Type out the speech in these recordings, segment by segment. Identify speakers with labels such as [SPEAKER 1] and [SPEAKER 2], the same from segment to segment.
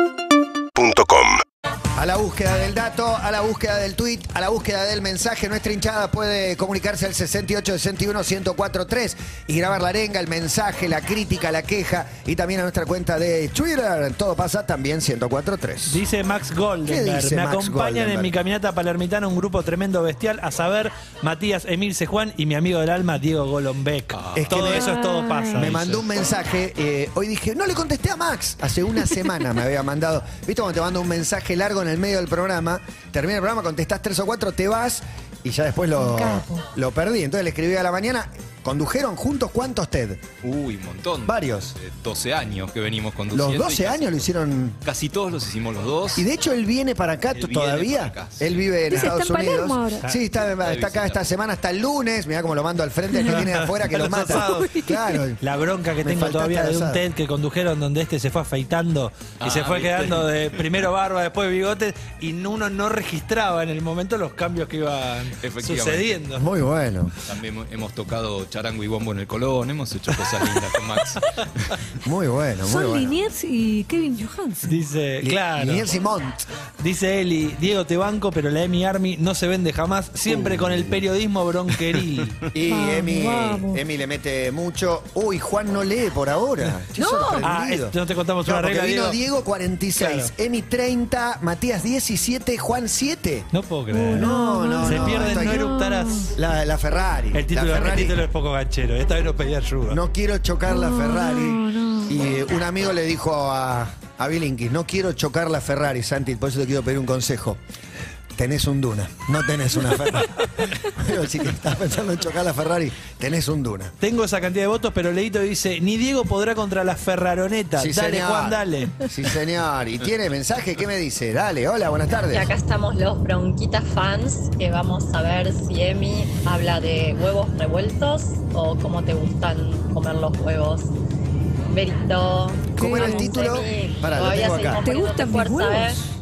[SPEAKER 1] UrbanaPlayFM.com
[SPEAKER 2] A la búsqueda del dato, a la búsqueda del tweet, a la búsqueda del mensaje. Nuestra hinchada puede comunicarse al 6861-1043 y grabar la arenga, el mensaje, la crítica, la queja y también a nuestra cuenta de Twitter. Todo pasa también 1043.
[SPEAKER 3] Dice Max
[SPEAKER 2] ¿Qué
[SPEAKER 3] Goldenberg,
[SPEAKER 2] dice
[SPEAKER 3] me
[SPEAKER 2] Max
[SPEAKER 3] acompañan
[SPEAKER 2] Goldenberg?
[SPEAKER 3] en mi caminata palermitana un grupo tremendo bestial, a saber, Matías Emilce Juan y mi amigo del alma, Diego Golombek.
[SPEAKER 2] Es que
[SPEAKER 3] todo
[SPEAKER 2] me-
[SPEAKER 3] eso es todo pasa.
[SPEAKER 2] Me
[SPEAKER 3] dice.
[SPEAKER 2] mandó un mensaje, eh, hoy dije, no le contesté a Max. Hace una semana me había mandado. ¿Viste cuando te mando un mensaje largo en el medio del programa? Termina el programa, contestás tres o cuatro, te vas y ya después lo,
[SPEAKER 4] Un capo.
[SPEAKER 2] lo perdí. Entonces le escribí a la mañana. ¿Condujeron juntos cuántos TED?
[SPEAKER 5] Uy, un montón.
[SPEAKER 2] Varios.
[SPEAKER 5] Eh, 12 años que venimos conduciendo.
[SPEAKER 2] Los 12
[SPEAKER 5] y casi-
[SPEAKER 2] años lo hicieron.
[SPEAKER 5] Casi todos los hicimos los dos.
[SPEAKER 2] Y de hecho él viene para acá
[SPEAKER 5] Él viene
[SPEAKER 2] todavía.
[SPEAKER 5] para acá, sí.
[SPEAKER 2] Él vive en
[SPEAKER 4] Dice, está
[SPEAKER 2] Estados
[SPEAKER 4] en
[SPEAKER 2] Unidos.
[SPEAKER 4] Palermo ahora.
[SPEAKER 2] Sí, está, está acá
[SPEAKER 5] Está de visita.
[SPEAKER 2] esta semana hasta el lunes. Mirá cómo lo mando al frente, el que tiene afuera que lo
[SPEAKER 3] Los
[SPEAKER 2] mata.
[SPEAKER 3] asados.
[SPEAKER 2] Claro.
[SPEAKER 3] La bronca que
[SPEAKER 2] Me
[SPEAKER 3] tengo
[SPEAKER 2] faltaste
[SPEAKER 3] todavía
[SPEAKER 2] al
[SPEAKER 3] de un
[SPEAKER 2] asado.
[SPEAKER 3] TED que condujeron donde este se fue afeitando y
[SPEAKER 5] Ah,
[SPEAKER 3] se fue
[SPEAKER 5] ¿viste?
[SPEAKER 3] quedando de primero barba, después bigotes y uno no registraba en el momento los cambios que iban
[SPEAKER 5] Efectivamente.
[SPEAKER 3] sucediendo.
[SPEAKER 2] Muy bueno,
[SPEAKER 5] También hemos tocado charango y bombo en el Colón. Hemos hecho cosas lindas con Max.
[SPEAKER 2] muy bueno, muy
[SPEAKER 4] Son
[SPEAKER 2] bueno.
[SPEAKER 4] Liniers y Kevin Johansson.
[SPEAKER 2] Eh,
[SPEAKER 3] Dice, claro.
[SPEAKER 2] Liniers y Mont.
[SPEAKER 3] Dice Eli, Diego te banco, pero la Emi Army no se vende jamás, siempre con el periodismo bronqueril.
[SPEAKER 2] Uh. Y
[SPEAKER 4] Vamos,
[SPEAKER 2] Emi,
[SPEAKER 4] vamos.
[SPEAKER 2] Emi le mete mucho. Uy, Juan no lee por ahora. Estoy
[SPEAKER 4] No.
[SPEAKER 3] Ah,
[SPEAKER 2] sorprendido.
[SPEAKER 3] es- no te contamos
[SPEAKER 2] No,
[SPEAKER 3] una
[SPEAKER 2] porque
[SPEAKER 3] regla,
[SPEAKER 2] vino
[SPEAKER 3] Diego.
[SPEAKER 2] Diego 46,
[SPEAKER 3] Claro.
[SPEAKER 2] Emi 30, Matías 17, Juan 7.
[SPEAKER 3] No puedo creer.
[SPEAKER 4] Uh,
[SPEAKER 2] No, no,
[SPEAKER 3] se
[SPEAKER 2] no,
[SPEAKER 3] pierde
[SPEAKER 2] esto
[SPEAKER 3] no
[SPEAKER 2] hay-
[SPEAKER 3] eructarás.
[SPEAKER 2] La, la Ferrari.
[SPEAKER 3] El título,
[SPEAKER 2] la
[SPEAKER 3] el
[SPEAKER 2] Ferrari.
[SPEAKER 3] título es poco ganchero. Esta vez no pedí ayuda.
[SPEAKER 2] No quiero chocar la
[SPEAKER 4] No,
[SPEAKER 2] Ferrari.
[SPEAKER 4] no.
[SPEAKER 2] Y eh, un amigo le dijo a, a Bilinkis, no quiero chocar la Ferrari, Santi, por eso te quiero pedir un consejo. Tenés un Duna, no tenés una Ferrari. Pero si te estás pensando en chocar la Ferrari, tenés un Duna.
[SPEAKER 3] Tengo esa cantidad de votos, pero Leito dice, ni Diego podrá contra la Ferraroneta.
[SPEAKER 2] Sí,
[SPEAKER 3] dale,
[SPEAKER 2] señor.
[SPEAKER 3] Juan, dale.
[SPEAKER 2] Sí, señor. ¿Y tiene mensaje? ¿Qué me dice? Dale, hola, buenas
[SPEAKER 6] Y
[SPEAKER 2] tardes.
[SPEAKER 6] acá estamos los bronquitas fans que vamos a ver si Emi habla de huevos revueltos o cómo te gustan comer los huevos. Berito.
[SPEAKER 2] ¿Cómo era el
[SPEAKER 6] vamos,
[SPEAKER 2] título?
[SPEAKER 6] Emi,
[SPEAKER 2] Pará, lo
[SPEAKER 6] todavía
[SPEAKER 2] tengo acá.
[SPEAKER 6] seguimos
[SPEAKER 4] ¿Te
[SPEAKER 6] poniéndote fuerza, ¿eh?
[SPEAKER 4] gustan mis huevos?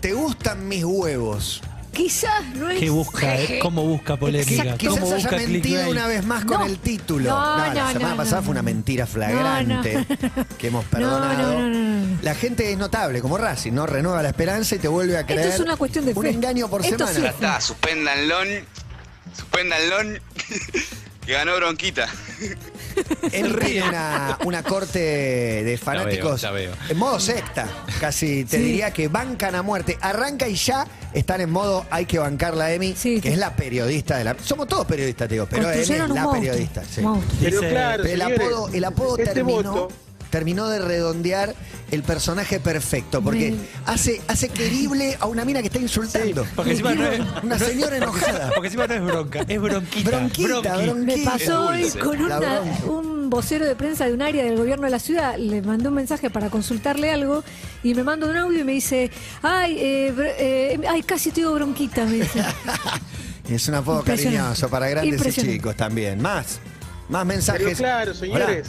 [SPEAKER 2] ¿Te gustan mis huevos?
[SPEAKER 4] Quizás no es.
[SPEAKER 3] ¿Qué busca? eh? ¿Cómo busca polémica?
[SPEAKER 4] Exacto.
[SPEAKER 2] Quizás
[SPEAKER 3] ¿Cómo
[SPEAKER 2] haya
[SPEAKER 3] busca
[SPEAKER 2] mentido
[SPEAKER 3] clickbait?
[SPEAKER 2] una vez más con
[SPEAKER 4] No.
[SPEAKER 2] el título.
[SPEAKER 4] No,
[SPEAKER 2] la
[SPEAKER 4] no,
[SPEAKER 2] semana
[SPEAKER 4] no,
[SPEAKER 2] pasada
[SPEAKER 4] no,
[SPEAKER 2] fue una
[SPEAKER 4] no.
[SPEAKER 2] mentira flagrante
[SPEAKER 4] No, no.
[SPEAKER 2] que hemos
[SPEAKER 4] No,
[SPEAKER 2] perdonado.
[SPEAKER 4] no, no, no.
[SPEAKER 2] La gente es notable, como Racing, ¿no? Renueva la esperanza y te vuelve a
[SPEAKER 4] Esto
[SPEAKER 2] creer.
[SPEAKER 4] es una cuestión de
[SPEAKER 2] Un
[SPEAKER 4] fe.
[SPEAKER 2] engaño por
[SPEAKER 4] Esto
[SPEAKER 2] semana.
[SPEAKER 4] sí.
[SPEAKER 7] está, suspendanlo. Suspendanlo. Que ganó bronquita.
[SPEAKER 2] Él tiene una, una corte de fanáticos
[SPEAKER 5] La veo, la veo.
[SPEAKER 2] en modo secta, casi te
[SPEAKER 4] Sí.
[SPEAKER 2] diría que bancan a muerte. Arranca y ya están en modo hay que bancar la Emi,
[SPEAKER 4] Sí.
[SPEAKER 2] que es la periodista de la. Somos todos periodistas, te digo, pero Emi es la
[SPEAKER 4] Construyeron un monstruo.
[SPEAKER 2] periodista. sí.
[SPEAKER 4] Monstruo.
[SPEAKER 8] Pero
[SPEAKER 3] Dice-
[SPEAKER 8] claro,
[SPEAKER 2] El
[SPEAKER 8] señores,
[SPEAKER 2] apodo, el apodo
[SPEAKER 8] este
[SPEAKER 2] terminó,
[SPEAKER 8] voto-
[SPEAKER 2] terminó de redondear el personaje perfecto, porque
[SPEAKER 4] Me-
[SPEAKER 2] hace, hace querible a una mina que está insultando.
[SPEAKER 3] Porque encima no es,
[SPEAKER 2] Una señora enojada.
[SPEAKER 3] porque encima no es bronca, es bronquita.
[SPEAKER 2] Bronquita,
[SPEAKER 3] bronqui.
[SPEAKER 2] bronquita.
[SPEAKER 4] Me pasó hoy
[SPEAKER 5] dulce,
[SPEAKER 4] con una-
[SPEAKER 2] la bronca.
[SPEAKER 4] un vocero de prensa de un área del gobierno de la ciudad. Le mandé un mensaje para consultarle algo y me manda un audio y me dice: Ay, eh, br- eh, ay casi te digo bronquita. Me dice.
[SPEAKER 2] Es un apodo
[SPEAKER 4] Impresionante.
[SPEAKER 2] cariñoso para grandes y
[SPEAKER 4] Impresionante.
[SPEAKER 2] chicos también. Más, más mensajes.
[SPEAKER 8] Pero claro, señores,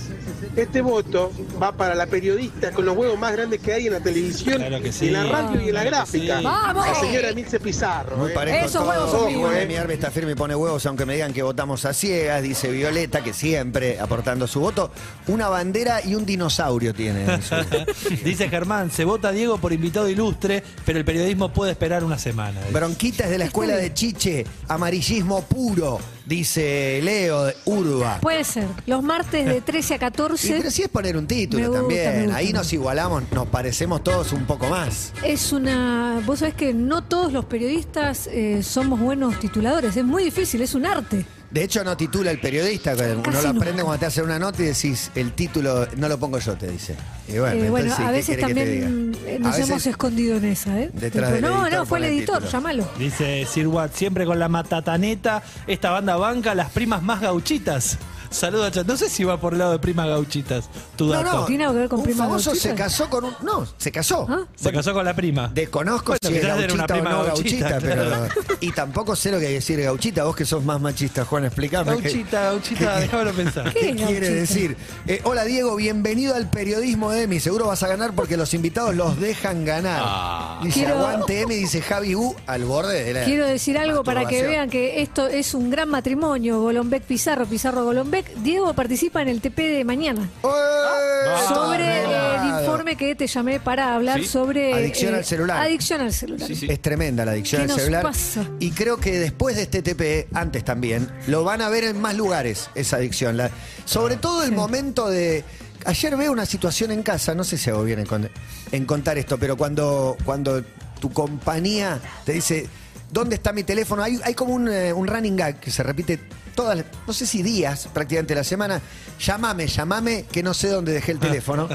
[SPEAKER 8] este voto va para la periodista con los huevos más grandes que hay en la televisión,
[SPEAKER 3] Claro que sí.
[SPEAKER 8] en la radio y en la
[SPEAKER 3] Claro que
[SPEAKER 8] gráfica.
[SPEAKER 3] sí.
[SPEAKER 4] ¡Vamos!
[SPEAKER 8] La señora Milce Pizarro.
[SPEAKER 2] Hola. Muy
[SPEAKER 8] eh.
[SPEAKER 2] parejo
[SPEAKER 4] Esos
[SPEAKER 2] todo.
[SPEAKER 4] huevos son
[SPEAKER 2] Ojo,
[SPEAKER 4] míos.
[SPEAKER 2] eh, mi arma está firme y pone huevos, aunque me digan que votamos a ciegas, dice Violeta, que siempre aportando su voto. Una bandera y un dinosaurio tiene. en su-
[SPEAKER 3] Dice Germán, se vota Diego por invitado ilustre, pero el periodismo puede esperar una semana.
[SPEAKER 2] Bronquitas de la escuela de Chiche, amarillismo puro, dice Leo de Urba.
[SPEAKER 4] Puede ser. Los martes de 13 a
[SPEAKER 2] Y,
[SPEAKER 4] 14
[SPEAKER 2] pero sí es poner un título
[SPEAKER 4] Me gusta,
[SPEAKER 2] también.
[SPEAKER 4] me gusta.
[SPEAKER 2] Ahí nos igualamos, nos parecemos todos un poco más.
[SPEAKER 4] es una. Vos sabés que no todos los periodistas eh, somos buenos tituladores. Es muy difícil, es un arte.
[SPEAKER 2] De hecho, no titula el periodista, no lo
[SPEAKER 4] no.
[SPEAKER 2] aprende cuando te hacen una nota y decís, el título no lo pongo yo, te dice. Y bueno,
[SPEAKER 4] Eh, bueno,
[SPEAKER 2] entonces,
[SPEAKER 4] a
[SPEAKER 2] ¿qué
[SPEAKER 4] veces
[SPEAKER 2] querés que te
[SPEAKER 4] también
[SPEAKER 2] diga?
[SPEAKER 4] eh, nos
[SPEAKER 2] A veces-
[SPEAKER 4] hemos escondido en esa, ¿eh?
[SPEAKER 2] Detrás del
[SPEAKER 4] no,
[SPEAKER 2] editor
[SPEAKER 4] no, fue el
[SPEAKER 2] pone el
[SPEAKER 4] editor,
[SPEAKER 2] título.
[SPEAKER 4] llámalo.
[SPEAKER 3] Dice Sir Watt, siempre con la matataneta, esta banda banca las primas más gauchitas. Saludos, chat. No sé si va por el lado de primas gauchitas, tu
[SPEAKER 2] No,
[SPEAKER 3] dato.
[SPEAKER 2] no,
[SPEAKER 4] ¿Tiene algo que ver con
[SPEAKER 2] un
[SPEAKER 4] prima
[SPEAKER 2] famoso
[SPEAKER 4] gauchita?
[SPEAKER 2] se casó con un... No, se casó.
[SPEAKER 4] ¿Ah?
[SPEAKER 3] Se casó con la prima.
[SPEAKER 2] Desconozco
[SPEAKER 3] Bueno,
[SPEAKER 2] si es
[SPEAKER 3] quizás era una
[SPEAKER 2] gauchita o
[SPEAKER 3] prima
[SPEAKER 2] no gauchita,
[SPEAKER 3] gauchita, claro.
[SPEAKER 2] pero... Y tampoco sé lo que hay que decir gauchita. Vos que sos más machista, Juan, explícame. qué-
[SPEAKER 3] Gauchita, gauchita, déjamelo pensar.
[SPEAKER 4] ¿Qué
[SPEAKER 2] ¿Qué,
[SPEAKER 4] es
[SPEAKER 2] quiere
[SPEAKER 4] gauchita?
[SPEAKER 2] decir? Eh, hola Diego, bienvenido al periodismo de Emi. Seguro vas a ganar porque los invitados los dejan ganar.
[SPEAKER 5] Ah.
[SPEAKER 2] dice
[SPEAKER 4] Quiero-
[SPEAKER 2] aguante Emi, dice Javi U al borde de la.
[SPEAKER 4] Quiero decir algo para que
[SPEAKER 2] masturbación.
[SPEAKER 4] vean que esto es un gran matrimonio, Golombek Pizarro, Pizarro Golombek. Diego participa en el TP de mañana.
[SPEAKER 2] ¡Eh!
[SPEAKER 4] Sobre eh, informe que te llamé para hablar
[SPEAKER 5] Sí.
[SPEAKER 4] sobre.
[SPEAKER 2] Adicción al celular.
[SPEAKER 4] Adicción al celular.
[SPEAKER 5] Sí, sí.
[SPEAKER 2] Es tremenda la adicción
[SPEAKER 4] ¿Qué
[SPEAKER 2] al
[SPEAKER 4] nos
[SPEAKER 2] celular.
[SPEAKER 4] pasa?
[SPEAKER 2] Y creo que después de este TPE, antes también, lo van a ver en más lugares, esa adicción. La- sobre todo el momento de. Ayer veo una situación en casa, no sé si hago bien en, con- en contar esto, pero cuando, cuando tu compañía te dice, ¿dónde está mi teléfono? Hay, hay como un, eh, un running gag que se repite todas, las- no sé si días prácticamente la semana. Llámame, llámame, que no sé dónde dejé el teléfono.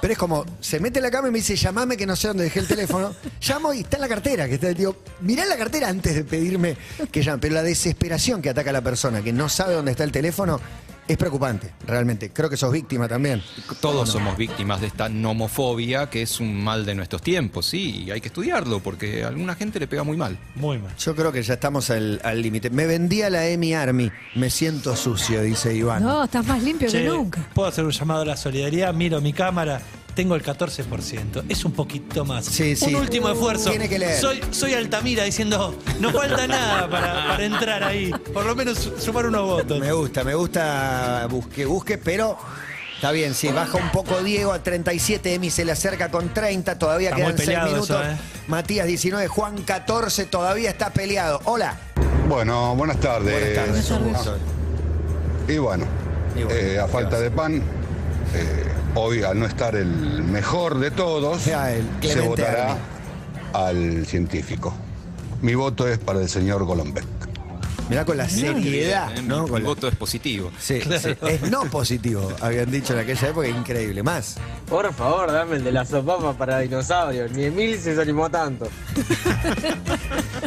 [SPEAKER 2] Pero es como, se mete en la cama y me dice, llamame que no sé dónde dejé el teléfono. Llamo y está en la cartera. Que está, digo, mirá en la cartera antes de pedirme que llame. Pero la desesperación que ataca a la persona que no sabe dónde está el teléfono es preocupante, realmente. Creo que sos víctima también.
[SPEAKER 5] Todos somos víctimas de esta nomofobia que es un mal de nuestros tiempos, sí, y hay que estudiarlo porque a alguna gente le pega muy mal.
[SPEAKER 3] Muy mal.
[SPEAKER 2] Yo creo que ya estamos al al límite. me vendía la Emi Army. Me siento sucio, dice Iván.
[SPEAKER 4] No, estás más limpio
[SPEAKER 3] Che,
[SPEAKER 4] que nunca.
[SPEAKER 3] Puedo hacer un llamado a la solidaridad, miro mi cámara, tengo el 14%. Es un poquito más.
[SPEAKER 2] Sí, sí.
[SPEAKER 3] Un último esfuerzo.
[SPEAKER 2] Tiene que leer.
[SPEAKER 3] Soy, soy Altamira diciendo, no falta nada para, para entrar ahí. Por lo menos su- sumar unos votos.
[SPEAKER 2] Me gusta, me gusta busque, busque, pero está bien, sí, baja un poco Diego a 37, Emi se le acerca con 30, todavía
[SPEAKER 3] Está
[SPEAKER 2] quedan
[SPEAKER 3] muy
[SPEAKER 2] 6
[SPEAKER 3] peleado
[SPEAKER 2] minutos.
[SPEAKER 3] eso, ¿eh?
[SPEAKER 2] Matías 19, Juan 14, todavía está peleado. Hola.
[SPEAKER 1] Bueno, buenas tardes. Ah.
[SPEAKER 2] Buenas tardes.
[SPEAKER 4] Buenas
[SPEAKER 2] Soy-
[SPEAKER 1] Y bueno,
[SPEAKER 2] Y bueno,
[SPEAKER 1] eh, a falta de pan, eh, hoy al no estar el mejor de todos,
[SPEAKER 2] Ya, el
[SPEAKER 1] se
[SPEAKER 2] Clemente
[SPEAKER 1] votará
[SPEAKER 2] Army.
[SPEAKER 1] al científico. Mi voto es para el señor Golombek.
[SPEAKER 2] Mirá con la
[SPEAKER 5] Mirá qué
[SPEAKER 2] seriedad,
[SPEAKER 5] bien, ¿eh?
[SPEAKER 2] ¿no?
[SPEAKER 5] Mi
[SPEAKER 2] Con la-
[SPEAKER 5] voto es positivo.
[SPEAKER 2] Sí, sí, es no positivo, habían dicho en aquella época, increíble. Más.
[SPEAKER 9] Por favor, dame el de la sopapa para dinosaurios. Ni Emil se animó tanto.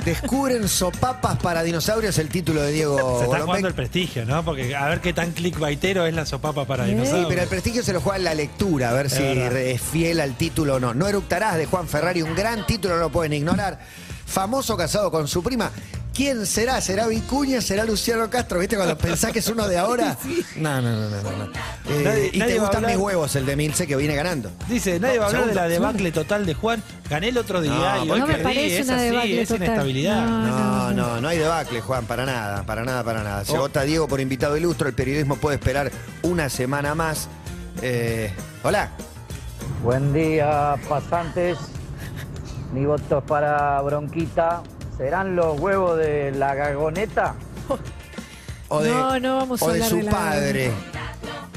[SPEAKER 2] Descubren sopapas para dinosaurios el título de Diego
[SPEAKER 3] Se está
[SPEAKER 2] Golombek.
[SPEAKER 3] jugando el prestigio, ¿no? Porque a ver qué tan clickbaitero es la sopapa para
[SPEAKER 4] Sí,
[SPEAKER 2] Sí,
[SPEAKER 3] dinosaurios.
[SPEAKER 2] pero el prestigio se lo juega en la lectura, a ver si
[SPEAKER 3] verdad.
[SPEAKER 2] re- es fiel al título o no. No eructarás de Juan Ferrari, un gran título, no lo pueden ignorar. Famoso casado con su prima. ¿Quién será? ¿Será Vicuña? ¿Será Luciano Castro? ¿Viste cuando pensás que es uno de ahora? No, no, no, no. no, no. Eh,
[SPEAKER 3] Nadie-
[SPEAKER 2] y
[SPEAKER 3] nadie
[SPEAKER 2] te
[SPEAKER 3] va a
[SPEAKER 2] gustan
[SPEAKER 3] hablar-
[SPEAKER 2] mis huevos, el de Milce que viene ganando.
[SPEAKER 3] Dice, nadie va a hablar de la debacle total de Juan. Gané el otro día
[SPEAKER 2] No,
[SPEAKER 3] y hoy
[SPEAKER 4] No me
[SPEAKER 3] perdí.
[SPEAKER 4] parece
[SPEAKER 3] es
[SPEAKER 4] una
[SPEAKER 3] así,
[SPEAKER 4] debacle
[SPEAKER 3] es
[SPEAKER 4] total.
[SPEAKER 3] inestabilidad.
[SPEAKER 4] No,
[SPEAKER 2] No, no, no hay debacle, Juan, para nada, para nada, para nada. Se
[SPEAKER 3] Oh.
[SPEAKER 2] vota Diego por invitado ilustre, el periodismo puede esperar una semana más. Eh, hola.
[SPEAKER 10] Buen día, pasantes. Mi voto es para Bronquita. ¿Serán los huevos de la gagoneta?
[SPEAKER 2] O de,
[SPEAKER 4] No, no vamos a
[SPEAKER 2] o de
[SPEAKER 4] hablar
[SPEAKER 2] su
[SPEAKER 4] de la-
[SPEAKER 2] padre.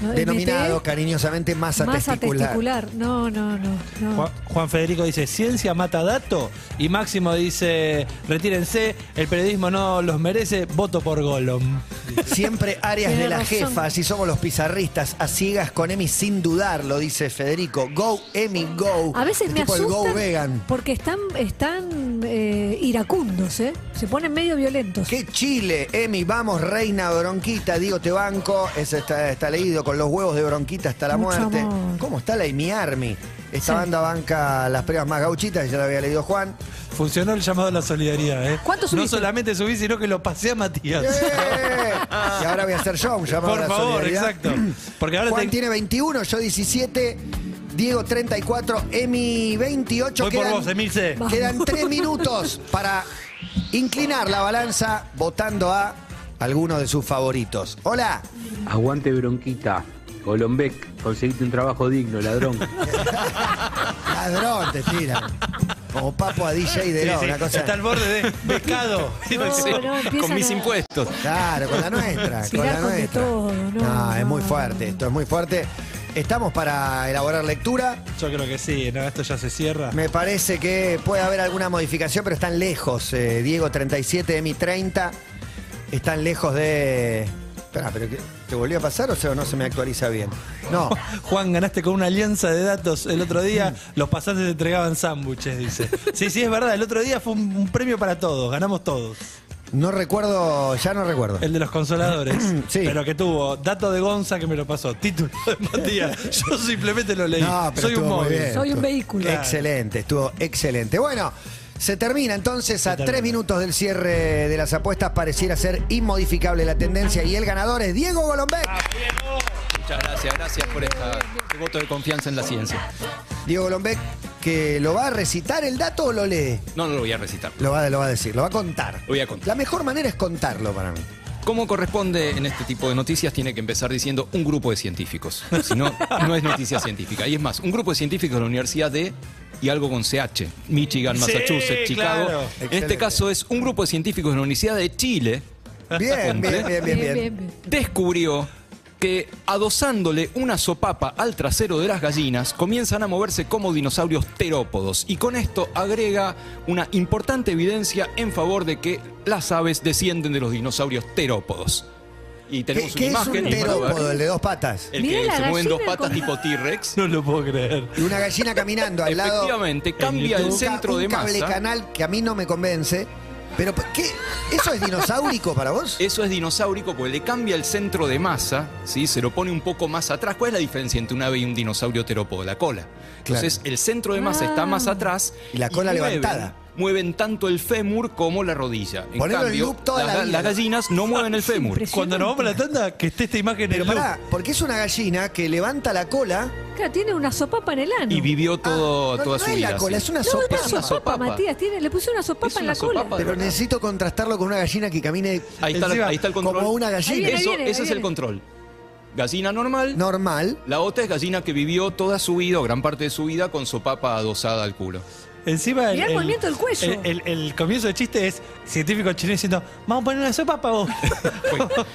[SPEAKER 4] No,
[SPEAKER 2] denominado
[SPEAKER 4] MT,
[SPEAKER 2] cariñosamente masa,
[SPEAKER 4] masa
[SPEAKER 2] testicular.
[SPEAKER 4] testicular. No, no, no. no.
[SPEAKER 3] Juan, Juan Federico dice, ciencia mata dato. Y Máximo dice, retírense, el periodismo no los merece, voto por Golom.
[SPEAKER 2] Siempre áreas de
[SPEAKER 4] Tiene
[SPEAKER 2] la
[SPEAKER 4] razón.
[SPEAKER 2] jefa, así somos los pizarristas, a ciegas con Emi sin dudarlo, dice Federico. Go, Emi, go.
[SPEAKER 4] A veces
[SPEAKER 2] Es
[SPEAKER 4] me
[SPEAKER 2] tipo el
[SPEAKER 4] asustan
[SPEAKER 2] Go vegan.
[SPEAKER 4] porque están, están eh, iracundos, ¿eh? Se ponen medio violentos.
[SPEAKER 2] ¡Qué Chile! Emi, vamos, reina bronquita, digo, te banco. Eso está, está leído con los huevos de bronquita hasta la
[SPEAKER 4] Mucho
[SPEAKER 2] muerte.
[SPEAKER 4] amor.
[SPEAKER 2] ¿Cómo está la Emi Army?
[SPEAKER 4] Sí.
[SPEAKER 2] Esta banda banca las pruebas más gauchitas, ya la había leído Juan.
[SPEAKER 3] Funcionó el llamado a la solidaridad, ¿eh?
[SPEAKER 4] ¿Cuánto
[SPEAKER 3] No
[SPEAKER 4] subiste?
[SPEAKER 3] solamente subí, sino que lo pasé a Matías.
[SPEAKER 2] ¡Eh! Y ahora voy a hacer yo un llamado a
[SPEAKER 3] Por
[SPEAKER 2] la
[SPEAKER 3] favor,
[SPEAKER 2] solidaridad.
[SPEAKER 3] exacto. Porque ahora
[SPEAKER 2] Juan
[SPEAKER 3] te-
[SPEAKER 2] tiene 21, yo 17, Diego 34, Emi 28.
[SPEAKER 3] Voy por vos, Emilce.
[SPEAKER 2] Quedan
[SPEAKER 4] Vamos.
[SPEAKER 2] 3 minutos para inclinar la balanza votando a alguno de sus favoritos. Hola.
[SPEAKER 9] Aguante bronquita. Golombek, conseguiste un trabajo digno, ladrón.
[SPEAKER 2] Ladrón, te tiran. Como papo a DJ de
[SPEAKER 3] Sí,
[SPEAKER 2] no,
[SPEAKER 3] sí,
[SPEAKER 2] una cosa.
[SPEAKER 3] Está al borde de becado.
[SPEAKER 4] No, no, empiezan
[SPEAKER 5] con mis
[SPEAKER 4] a-
[SPEAKER 5] impuestos.
[SPEAKER 2] Claro, con la nuestra. con
[SPEAKER 4] Tirar
[SPEAKER 2] la
[SPEAKER 4] con de
[SPEAKER 2] nuestra.
[SPEAKER 4] todo, no,
[SPEAKER 2] no, es
[SPEAKER 4] no,
[SPEAKER 2] muy
[SPEAKER 4] no,
[SPEAKER 2] fuerte,
[SPEAKER 4] no.
[SPEAKER 2] esto es muy fuerte. Estamos para elaborar lectura.
[SPEAKER 3] Yo creo que sí, ¿no? Esto ya se cierra.
[SPEAKER 2] Me parece que puede haber alguna modificación, pero están lejos. eh, Diego 37, Emi 30. Están lejos de. Espera, ¿pero qué- ¿te volvió a pasar o sea, no se me actualiza bien? No.
[SPEAKER 3] Juan, ganaste con una alianza de datos el otro día. Los pasantes entregaban sándwiches, dice. Sí, sí, es verdad. El otro día fue un, un premio para todos. Ganamos todos.
[SPEAKER 2] No recuerdo, ya no recuerdo.
[SPEAKER 3] El de los consoladores.
[SPEAKER 2] Sí.
[SPEAKER 3] Pero que tuvo dato de Gonza que me lo pasó. Título de Matías. Yo simplemente lo leí.
[SPEAKER 2] No, pero
[SPEAKER 3] Soy un
[SPEAKER 2] estuvo muy
[SPEAKER 3] móvil.
[SPEAKER 2] bien,
[SPEAKER 4] Soy un
[SPEAKER 2] estuvo-
[SPEAKER 4] vehículo.
[SPEAKER 2] Excelente, estuvo excelente. Bueno, se termina entonces a
[SPEAKER 3] termina.
[SPEAKER 2] tres minutos del cierre de las apuestas. Pareciera ser inmodificable la tendencia y el ganador es Diego Golombek.
[SPEAKER 5] Muchas gracias, gracias por esta, este voto de confianza en la ciencia.
[SPEAKER 2] Diego Golombek, que lo va a recitar el dato o lo lee.
[SPEAKER 5] No, no lo voy a recitar.
[SPEAKER 2] Lo va, lo va a decir, lo va a contar.
[SPEAKER 5] Lo voy a contar.
[SPEAKER 2] La mejor manera es contarlo para mí.
[SPEAKER 5] Como corresponde en este tipo de noticias, tiene que empezar diciendo un grupo de científicos. Si no, no es noticia científica. Y es más, un grupo de científicos de la Universidad de y algo con CH, Michigan,
[SPEAKER 3] Sí,
[SPEAKER 5] Massachusetts, Chicago.
[SPEAKER 3] claro.
[SPEAKER 5] En este caso es un grupo de científicos de la Universidad de Chile.
[SPEAKER 2] Bien, bien, bien, bien, bien.
[SPEAKER 5] descubrió que adosándole una sopapa al trasero de las gallinas comienzan a moverse como dinosaurios terópodos y con esto agrega una importante evidencia en favor de que las aves descienden de los dinosaurios terópodos. Y
[SPEAKER 2] ¿Qué,
[SPEAKER 5] tenemos
[SPEAKER 2] qué
[SPEAKER 5] una
[SPEAKER 2] es un
[SPEAKER 5] imagen
[SPEAKER 2] terópodo, el de dos patas?
[SPEAKER 5] el
[SPEAKER 4] Mirá
[SPEAKER 5] que
[SPEAKER 4] la
[SPEAKER 5] se mueve en dos
[SPEAKER 4] gallina
[SPEAKER 5] patas
[SPEAKER 4] con-
[SPEAKER 5] tipo T-Rex.
[SPEAKER 3] No lo puedo creer.
[SPEAKER 2] Y una gallina caminando al lado.
[SPEAKER 5] Efectivamente,
[SPEAKER 3] YouTube.
[SPEAKER 5] cambia el
[SPEAKER 2] un ca-
[SPEAKER 5] centro
[SPEAKER 2] un
[SPEAKER 5] de
[SPEAKER 2] cable
[SPEAKER 5] masa.
[SPEAKER 2] canal que a mí no me convence. Pero, ¿qué? ¿Eso es dinosaurico para vos?
[SPEAKER 5] Eso es dinosaurico porque le cambia el centro de masa, ¿sí? se lo pone un poco más atrás. ¿Cuál es la diferencia entre un ave y un dinosaurio terópodo? La cola. Entonces, el centro de masa está más atrás.
[SPEAKER 2] Y la cola levantada.
[SPEAKER 5] Mueven tanto el fémur como la rodilla. En
[SPEAKER 2] Ponelo en
[SPEAKER 5] cambio,
[SPEAKER 2] loop toda
[SPEAKER 5] las
[SPEAKER 2] la
[SPEAKER 5] ga-
[SPEAKER 2] vida.
[SPEAKER 5] las gallinas no mueven el fémur.
[SPEAKER 4] Impresionante.
[SPEAKER 3] Cuando nos vamos a la tanda, que esté esta imagen
[SPEAKER 2] Pero
[SPEAKER 3] en el
[SPEAKER 2] pará, porque es una gallina que levanta la cola.
[SPEAKER 4] Claro, tiene una sopapa en el ano.
[SPEAKER 5] Y vivió todo,
[SPEAKER 2] Ah, no,
[SPEAKER 5] toda
[SPEAKER 2] no
[SPEAKER 5] su
[SPEAKER 2] es
[SPEAKER 5] vida.
[SPEAKER 2] la cola,
[SPEAKER 5] así.
[SPEAKER 2] es una
[SPEAKER 4] No,
[SPEAKER 2] sopa.
[SPEAKER 4] es una
[SPEAKER 5] sopapa.
[SPEAKER 4] sopapa, Matías. Tiene, le puse una sopapa
[SPEAKER 5] Es
[SPEAKER 4] en la
[SPEAKER 5] una
[SPEAKER 4] cola.
[SPEAKER 5] sopapa de
[SPEAKER 2] Pero
[SPEAKER 5] verdad.
[SPEAKER 2] necesito contrastarlo con una gallina que camine
[SPEAKER 5] Ahí está, la-
[SPEAKER 3] Encima,
[SPEAKER 5] ahí está el control.
[SPEAKER 2] como una
[SPEAKER 4] Ahí
[SPEAKER 2] gallina.
[SPEAKER 4] viene,
[SPEAKER 5] Eso-
[SPEAKER 4] ahí viene, ahí
[SPEAKER 5] ese es el
[SPEAKER 4] viene.
[SPEAKER 5] control. Gallina normal.
[SPEAKER 2] normal.
[SPEAKER 5] La otra es gallina que vivió toda su vida o gran parte de su vida con sopapa adosada al culo.
[SPEAKER 3] Encima
[SPEAKER 4] Mirá el movimiento del cuello.
[SPEAKER 3] El, el- el comienzo del chiste es científico chino diciendo, vamos a poner una sopa para vos.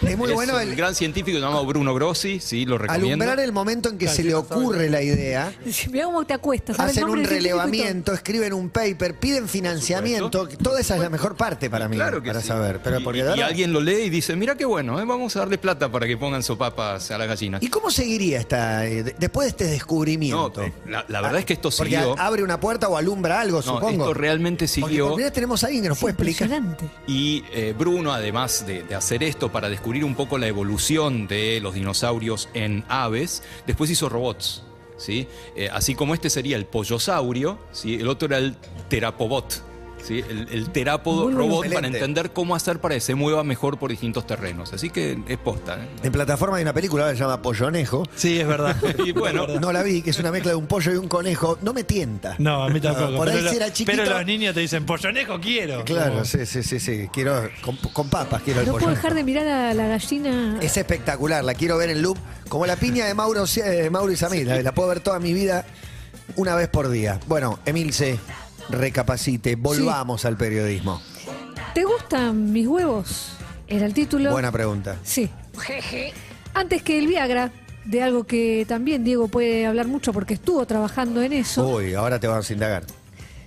[SPEAKER 2] Es muy bueno
[SPEAKER 5] un
[SPEAKER 2] el-
[SPEAKER 5] gran científico llamado Bruno Grossi, sí, lo recomiendo.
[SPEAKER 2] Alumbrar el momento en que se le ocurre la idea.
[SPEAKER 4] Mirá cómo te acuestas. sabe el
[SPEAKER 2] Hacen
[SPEAKER 4] nombre
[SPEAKER 2] un
[SPEAKER 4] del científico y todo.
[SPEAKER 2] relevamiento, escriben un paper, piden financiamiento. Toda esa es la mejor parte para mí,
[SPEAKER 5] Claro que
[SPEAKER 2] para
[SPEAKER 5] sí.
[SPEAKER 2] saber. Pero
[SPEAKER 5] y,
[SPEAKER 2] porque
[SPEAKER 5] y-
[SPEAKER 2] de
[SPEAKER 5] y
[SPEAKER 2] verdad-
[SPEAKER 5] alguien lo lee y dice, mira qué bueno, eh, vamos a darle plata para que pongan sopapas a las gallinas.
[SPEAKER 2] ¿Y cómo seguiría esta eh, de- después de este descubrimiento?
[SPEAKER 5] No, eh, la- la verdad es que esto
[SPEAKER 2] porque
[SPEAKER 5] siguió.
[SPEAKER 2] a- abre una puerta o alumbra algo,
[SPEAKER 5] No,
[SPEAKER 2] supongo.
[SPEAKER 5] esto realmente
[SPEAKER 2] Porque
[SPEAKER 5] siguió
[SPEAKER 2] por primera vez tenemos a alguien que nos
[SPEAKER 4] Es
[SPEAKER 2] puede explicar.
[SPEAKER 4] impresionante.
[SPEAKER 5] y eh, Bruno, además de, de hacer esto para descubrir un poco la evolución de los dinosaurios en aves, después hizo robots. ¿sí? Eh, así como este sería el pollosaurio, ¿sí? el otro era el terapobot. ¿sí? El, el terápodo
[SPEAKER 4] Muy bueno.
[SPEAKER 5] robot para
[SPEAKER 2] Excelente.
[SPEAKER 5] entender cómo hacer para que se mueva mejor por distintos terrenos. Así que es posta. ¿eh?
[SPEAKER 2] En plataforma hay una película que se llama Pollonejo.
[SPEAKER 3] sí, es verdad.
[SPEAKER 5] Y bueno,
[SPEAKER 2] No la vi, que es una mezcla de un pollo y un conejo. No me tienta.
[SPEAKER 3] No, a mí tampoco.
[SPEAKER 2] No, por ahí
[SPEAKER 3] pero,
[SPEAKER 2] si
[SPEAKER 3] lo-
[SPEAKER 2] era chiquito.
[SPEAKER 3] pero los niños te dicen, pollonejo quiero.
[SPEAKER 2] Claro,
[SPEAKER 3] Como-
[SPEAKER 2] sí, sí, sí, sí. Quiero con, con papas quiero el
[SPEAKER 4] No puedo
[SPEAKER 2] pollo.
[SPEAKER 4] dejar de mirar a la gallina.
[SPEAKER 2] Es espectacular, la quiero ver en loop, como la piña de Mauro, de Mauro y Samir, la, la puedo ver toda mi vida una vez por día. Bueno, Emilce, recapacite, volvamos al periodismo.
[SPEAKER 4] ¿Te gustan mis huevos? Era el título.
[SPEAKER 2] Buena pregunta.
[SPEAKER 4] Sí. Antes que el Viagra, de algo que también Diego puede hablar mucho porque estuvo trabajando en eso.
[SPEAKER 2] Uy, ahora te vamos a indagar.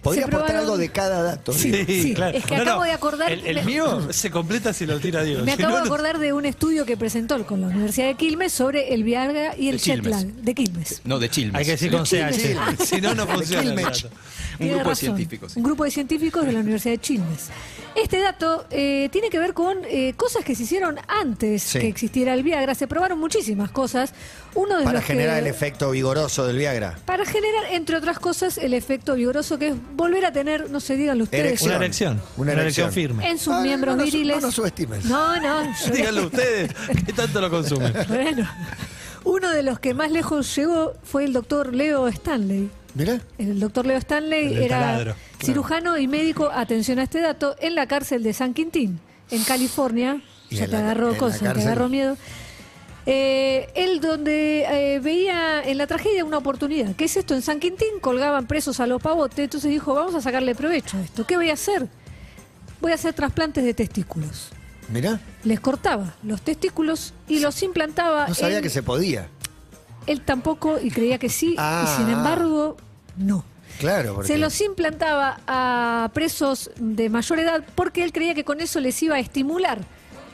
[SPEAKER 2] Podría
[SPEAKER 4] Se
[SPEAKER 2] aportar
[SPEAKER 4] probaron-
[SPEAKER 2] algo de cada dato.
[SPEAKER 4] Sí.
[SPEAKER 2] Diego?
[SPEAKER 3] claro.
[SPEAKER 4] es que acabo de acordar-
[SPEAKER 3] El, el
[SPEAKER 4] me-
[SPEAKER 3] mío se completa si lo tira Dios.
[SPEAKER 4] Me
[SPEAKER 3] Si
[SPEAKER 4] acabo
[SPEAKER 3] no,
[SPEAKER 4] de
[SPEAKER 3] no-
[SPEAKER 4] acordar de un estudio que presentó el- con la Universidad de Quilmes sobre el Viagra y el
[SPEAKER 5] De
[SPEAKER 4] jet
[SPEAKER 5] Quilmes.
[SPEAKER 4] lag de Quilmes.
[SPEAKER 5] no de Chilmes.
[SPEAKER 3] Hay que decir con
[SPEAKER 4] Chilmes.
[SPEAKER 3] CH. Si no, no funciona. el
[SPEAKER 2] Quilmes.
[SPEAKER 3] dato.
[SPEAKER 5] Un
[SPEAKER 4] Tiene
[SPEAKER 5] grupo de
[SPEAKER 4] razón.
[SPEAKER 5] científicos. sí.
[SPEAKER 4] Un grupo de científicos de la Universidad de Quilmes. Este dato eh, tiene que ver con eh, cosas que se hicieron antes
[SPEAKER 2] Sí.
[SPEAKER 4] que existiera el Viagra. Se probaron muchísimas cosas. Uno de
[SPEAKER 2] Para
[SPEAKER 4] los que-
[SPEAKER 2] generar el efecto vigoroso del Viagra.
[SPEAKER 4] Para generar, entre otras cosas, el efecto vigoroso que es volver a tener, no se digan ustedes,
[SPEAKER 2] Erección.
[SPEAKER 3] Una elección.
[SPEAKER 2] Una
[SPEAKER 3] Una,
[SPEAKER 2] elección.
[SPEAKER 3] elección firme.
[SPEAKER 4] en sus
[SPEAKER 2] Ah,
[SPEAKER 4] miembros
[SPEAKER 2] no lo su-
[SPEAKER 4] viriles.
[SPEAKER 2] no lo subestimes.
[SPEAKER 4] No, no, yo-
[SPEAKER 3] Díganlo ustedes, que tanto lo consumen.
[SPEAKER 4] Bueno, uno de los que más lejos llegó fue el doctor Leo Stanley.
[SPEAKER 2] Mirá.
[SPEAKER 4] El doctor Leo Stanley
[SPEAKER 3] El del
[SPEAKER 4] era
[SPEAKER 3] taladro,
[SPEAKER 4] cirujano y médico, atención a este dato, en la cárcel de San Quintín, en California.
[SPEAKER 2] Y
[SPEAKER 4] Ya
[SPEAKER 2] en
[SPEAKER 4] te
[SPEAKER 2] la- en
[SPEAKER 4] agarró
[SPEAKER 2] la
[SPEAKER 4] cosas, te
[SPEAKER 2] cárcel-
[SPEAKER 4] agarró miedo. Eh, él donde eh, veía en la tragedia una oportunidad. ¿Qué es esto? En San Quintín colgaban presos a los pavotes, entonces dijo, vamos a sacarle provecho a esto. ¿Qué voy a hacer? Voy a hacer trasplantes de testículos.
[SPEAKER 2] Mirá.
[SPEAKER 4] Les cortaba los testículos y los implantaba
[SPEAKER 2] No sabía
[SPEAKER 4] en
[SPEAKER 2] que se podía.
[SPEAKER 4] él tampoco y creía que sí,
[SPEAKER 2] Ah.
[SPEAKER 4] y sin embargo, no.
[SPEAKER 2] Claro, porque
[SPEAKER 4] Se los implantaba a presos de mayor edad porque él creía que con eso les iba a estimular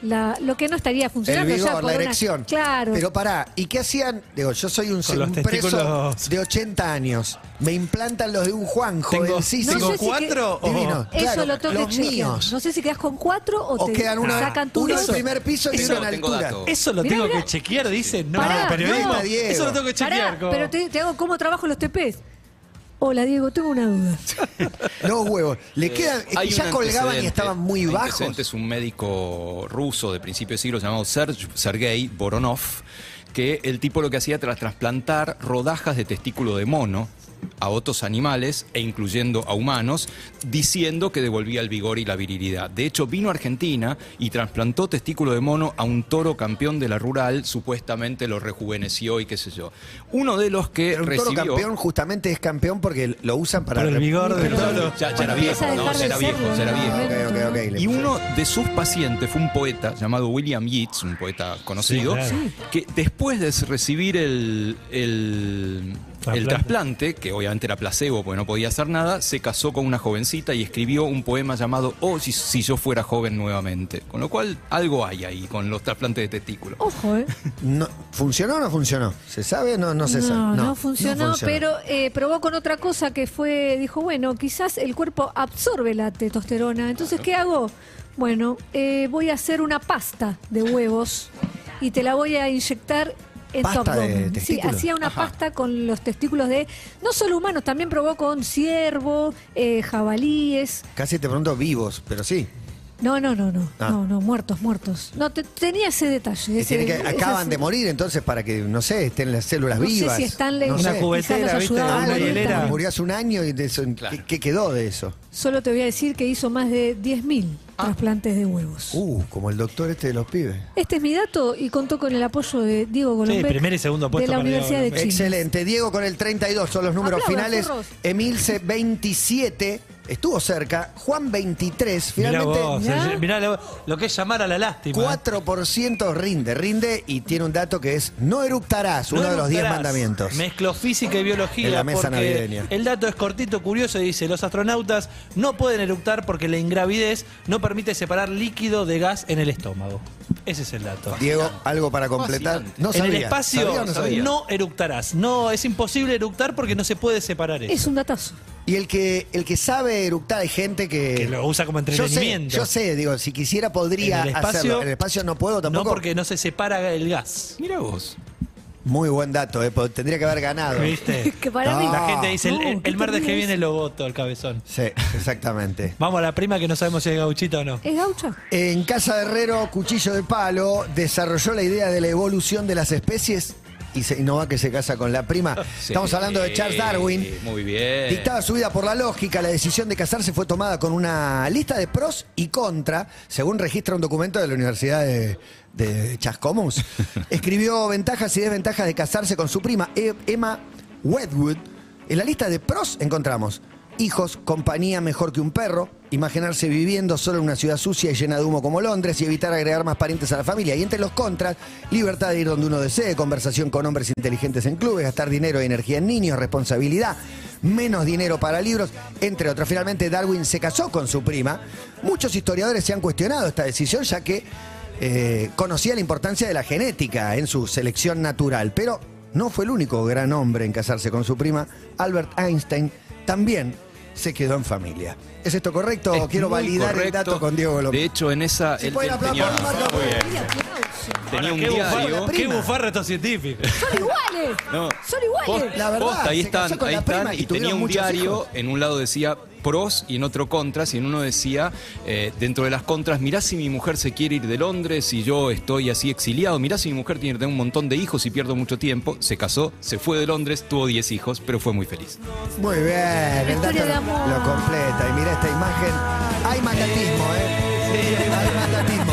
[SPEAKER 4] la, lo que no estaría
[SPEAKER 2] el
[SPEAKER 4] funcionando ya
[SPEAKER 2] vigor,
[SPEAKER 4] por
[SPEAKER 2] la
[SPEAKER 4] una-
[SPEAKER 2] erección.
[SPEAKER 4] Claro.
[SPEAKER 2] Pero pará, ¿y qué hacían? Digo, yo soy un,
[SPEAKER 3] Con los
[SPEAKER 2] un preso
[SPEAKER 3] testículos.
[SPEAKER 2] de 80 años. Me implantan los de un Juan
[SPEAKER 3] Tengo-
[SPEAKER 2] jovencísimo.
[SPEAKER 3] tengo
[SPEAKER 4] No sé si
[SPEAKER 3] cuatro
[SPEAKER 2] que-
[SPEAKER 3] o-
[SPEAKER 2] Divino.
[SPEAKER 4] eso
[SPEAKER 2] claro,
[SPEAKER 4] lo tengo
[SPEAKER 2] los
[SPEAKER 4] que chequear.
[SPEAKER 2] míos.
[SPEAKER 4] No sé si quedás con cuatro o,
[SPEAKER 2] O
[SPEAKER 4] te
[SPEAKER 2] quedan una,
[SPEAKER 4] sacan tu
[SPEAKER 2] uno en
[SPEAKER 4] dos.
[SPEAKER 2] primer piso y
[SPEAKER 5] Eso
[SPEAKER 2] uno en
[SPEAKER 5] tengo
[SPEAKER 2] altura.
[SPEAKER 5] dato.
[SPEAKER 3] Eso lo
[SPEAKER 4] Mirá,
[SPEAKER 3] tengo
[SPEAKER 4] mirá.
[SPEAKER 3] que chequear, dice. No,
[SPEAKER 4] Pará,
[SPEAKER 3] el periodismo.
[SPEAKER 2] no. Diego.
[SPEAKER 3] Eso lo tengo que chequear.
[SPEAKER 4] Pará,
[SPEAKER 3] como-
[SPEAKER 4] pero te, te hago cómo trabajo los TPs. Hola Diego, tengo una duda.
[SPEAKER 2] Los huevos. Le
[SPEAKER 5] Eh,
[SPEAKER 2] quedan,
[SPEAKER 5] hay
[SPEAKER 2] ya
[SPEAKER 5] un
[SPEAKER 2] colgaban y
[SPEAKER 5] antecedente.
[SPEAKER 2] estaban muy
[SPEAKER 5] Hay un
[SPEAKER 2] bajos.
[SPEAKER 5] antecedente, Es un médico ruso de principio de siglo llamado Serge, Sergei Voronov, que el tipo lo que hacía era trasplantar rodajas de testículo de mono a otros animales e incluyendo a humanos, diciendo que devolvía el vigor y la virilidad. De hecho, vino a Argentina y trasplantó testículo de mono a un toro campeón de la rural, supuestamente lo rejuveneció y qué sé yo. Uno de los que
[SPEAKER 2] Pero un toro
[SPEAKER 5] recibió...
[SPEAKER 2] campeón justamente es campeón porque lo usan para...
[SPEAKER 3] Por el vigor del toro.
[SPEAKER 5] Ya, ya
[SPEAKER 4] Empieza
[SPEAKER 5] era
[SPEAKER 4] a
[SPEAKER 5] viejo, no,
[SPEAKER 4] dejar de
[SPEAKER 5] ya era viejo,
[SPEAKER 4] serlo,
[SPEAKER 5] ya era
[SPEAKER 4] ¿no?
[SPEAKER 5] viejo.
[SPEAKER 2] Ok, ok, ok. Le-
[SPEAKER 5] Y uno de sus pacientes fue un poeta llamado William Yeats, un poeta conocido,
[SPEAKER 3] Sí, claro.
[SPEAKER 5] que después de recibir el, el,
[SPEAKER 3] Trasplante.
[SPEAKER 5] el trasplante, que obviamente era placebo porque no podía hacer nada, se casó con una jovencita y escribió un poema llamado Oh, si, si yo fuera joven nuevamente. Con lo cual, algo hay ahí con los trasplantes de testículo.
[SPEAKER 4] Ojo, ¿eh?
[SPEAKER 2] No, ¿Funcionó o no funcionó? ¿Se sabe? No, no se
[SPEAKER 4] no,
[SPEAKER 2] sabe.
[SPEAKER 4] no funcionó,
[SPEAKER 2] no
[SPEAKER 4] pero eh, probó con otra cosa que fue, dijo, bueno, quizás el cuerpo absorbe la testosterona, entonces, ¿qué hago? Bueno, eh, voy a hacer una pasta de huevos y te la voy a inyectar en tu
[SPEAKER 2] ¿Pasta de
[SPEAKER 4] abdomen. sí,
[SPEAKER 2] testículos?
[SPEAKER 4] hacía una
[SPEAKER 5] Ajá.
[SPEAKER 4] pasta con los testículos de, no solo humanos, también probó con ciervo, eh, jabalíes.
[SPEAKER 2] Casi te pregunto vivos, pero sí.
[SPEAKER 4] No, no, no, no,
[SPEAKER 2] Ah.
[SPEAKER 4] no, no, muertos, muertos. No, te- tenía ese detalle.
[SPEAKER 2] Que
[SPEAKER 4] ese-
[SPEAKER 2] tiene que-
[SPEAKER 4] ese-
[SPEAKER 2] acaban de morir entonces para que, no sé, estén las células
[SPEAKER 4] No sé
[SPEAKER 2] vivas.
[SPEAKER 4] si están le-
[SPEAKER 2] no
[SPEAKER 3] Una
[SPEAKER 2] sé.
[SPEAKER 3] cubetera,
[SPEAKER 4] Quizás los
[SPEAKER 3] ¿viste?
[SPEAKER 4] ayudaba
[SPEAKER 2] Ah,
[SPEAKER 4] a
[SPEAKER 3] Una
[SPEAKER 4] la
[SPEAKER 2] no,
[SPEAKER 3] hielera.
[SPEAKER 4] voluntad.
[SPEAKER 2] Murió hace un año y de eso, ¿qué- ¿qué,
[SPEAKER 5] Claro.
[SPEAKER 2] quedó de eso?
[SPEAKER 4] Solo te voy a decir que hizo más de 10.000
[SPEAKER 2] Ah.
[SPEAKER 4] trasplantes de huevos.
[SPEAKER 2] Uh, como el doctor este de los pibes.
[SPEAKER 4] Este es mi dato y contó con el apoyo de Diego Golombek
[SPEAKER 3] primer y segundo puesto
[SPEAKER 4] de la
[SPEAKER 3] para Diego
[SPEAKER 4] Universidad de Chile.
[SPEAKER 3] Golombek.
[SPEAKER 2] Excelente. Diego con el 32 son los números
[SPEAKER 4] Aplaudan,
[SPEAKER 2] finales.
[SPEAKER 4] zurros.
[SPEAKER 2] Emilce 27, estuvo cerca. Juan 23,
[SPEAKER 3] Mirá,
[SPEAKER 2] finalmente
[SPEAKER 3] vos,
[SPEAKER 4] Mirá.
[SPEAKER 3] eh, mirá lo, lo que es llamar a la lástima.
[SPEAKER 2] 4% rinde, rinde y tiene un dato que es no eructarás,
[SPEAKER 3] No
[SPEAKER 2] uno de los 10
[SPEAKER 3] eructarás.
[SPEAKER 2] mandamientos.
[SPEAKER 3] Mezcló física y biología.
[SPEAKER 2] En la mesa
[SPEAKER 3] porque
[SPEAKER 2] navideña.
[SPEAKER 3] El dato es cortito, curioso, y dice, los astronautas no pueden eructar porque la ingravidez no permite separar líquido de gas en el estómago. Ese es el dato.
[SPEAKER 2] Diego, algo para completar.
[SPEAKER 5] Fascinante.
[SPEAKER 2] No
[SPEAKER 3] en
[SPEAKER 2] sabía.
[SPEAKER 3] el espacio
[SPEAKER 2] ¿Sabía o no sabía?
[SPEAKER 3] no eructarás. No, es imposible eructar porque no se puede separar eso.
[SPEAKER 4] Es un datazo.
[SPEAKER 2] Y el que, el que sabe eructar, hay gente que.
[SPEAKER 3] Que lo usa como entretenimiento.
[SPEAKER 2] Yo sé, yo sé, digo, si quisiera podría
[SPEAKER 3] En el espacio-
[SPEAKER 2] hacerlo. En el espacio no puedo tampoco.
[SPEAKER 3] No porque no se separa el gas.
[SPEAKER 5] Mira vos.
[SPEAKER 2] Muy buen dato, eh, po- tendría que haber ganado.
[SPEAKER 3] ¿Viste?
[SPEAKER 4] que para
[SPEAKER 2] No.
[SPEAKER 4] mí...
[SPEAKER 3] Eh. La gente dice,
[SPEAKER 4] No,
[SPEAKER 3] el, el,
[SPEAKER 4] qué
[SPEAKER 3] el martes que
[SPEAKER 4] terrible
[SPEAKER 3] viene
[SPEAKER 4] eso.
[SPEAKER 3] lo voto al cabezón.
[SPEAKER 2] Sí, exactamente.
[SPEAKER 3] Vamos a la prima que no sabemos si es gauchita o no.
[SPEAKER 4] ¿Es gaucha?
[SPEAKER 2] En Casa de Herrero, Cuchillo de Palo desarrolló la idea de la evolución de las especies y se innova que se casa con la prima. Estamos
[SPEAKER 5] Sí,
[SPEAKER 2] hablando de Charles Darwin.
[SPEAKER 5] Muy bien.
[SPEAKER 2] Dictaba su vida por la lógica, la decisión de casarse fue tomada con una lista de pros y contra, según registra un documento de la Universidad de, de Chascomús. Escribió ventajas y desventajas de casarse con su prima E- Emma Wedgwood. En la lista de pros encontramos hijos, compañía mejor que un perro, imaginarse viviendo solo en una ciudad sucia y llena de humo como Londres y evitar agregar más parientes a la familia. Y entre los contras, libertad de ir donde uno desee, conversación con hombres inteligentes en clubes, gastar dinero y energía en niños, responsabilidad, menos dinero para libros, entre otros. Finalmente Darwin se casó con su prima. Muchos historiadores se han cuestionado esta decisión ya que eh, conocía la importancia de la genética en su selección natural, pero no fue el único gran hombre en casarse con su prima. Albert Einstein también se quedó en familia. ¿Es esto correcto?
[SPEAKER 5] Es
[SPEAKER 2] Quiero
[SPEAKER 5] muy
[SPEAKER 2] validar el
[SPEAKER 5] correcto.
[SPEAKER 2] dato con Diego López.
[SPEAKER 5] De hecho, en esa...
[SPEAKER 2] Si pueden aplaudir,
[SPEAKER 5] tenía-
[SPEAKER 2] Marco,
[SPEAKER 5] muy bien.
[SPEAKER 4] Qué aplauso.
[SPEAKER 5] Tenía
[SPEAKER 3] Ahora,
[SPEAKER 5] un
[SPEAKER 3] qué
[SPEAKER 5] diario...
[SPEAKER 2] la
[SPEAKER 3] bufarra, qué
[SPEAKER 2] prima.
[SPEAKER 3] bufarra estos científicos.
[SPEAKER 4] ¡Son iguales!
[SPEAKER 5] No.
[SPEAKER 4] ¡Son iguales!
[SPEAKER 2] La verdad,
[SPEAKER 5] Posta, ahí
[SPEAKER 2] se casó
[SPEAKER 5] están,
[SPEAKER 2] con
[SPEAKER 5] ahí
[SPEAKER 2] la prima
[SPEAKER 5] están.
[SPEAKER 2] y
[SPEAKER 5] Y tenía
[SPEAKER 2] tuvieron
[SPEAKER 5] un
[SPEAKER 2] muchos
[SPEAKER 5] diario,
[SPEAKER 2] hijos.
[SPEAKER 5] en un lado decía pros y en otro contras, y en uno decía, eh, dentro de las contras, mirá si mi mujer se quiere ir de Londres y yo estoy así exiliado, mirá si mi mujer tiene un montón de hijos y pierdo mucho tiempo. Se casó, se fue de Londres, tuvo 10 hijos, pero fue muy feliz.
[SPEAKER 2] Muy bien, el dato
[SPEAKER 4] historia de
[SPEAKER 2] lo,
[SPEAKER 4] amor.
[SPEAKER 2] lo completa. Y mira esta imagen. Hay macatismo, ¿eh? Hay macatismo.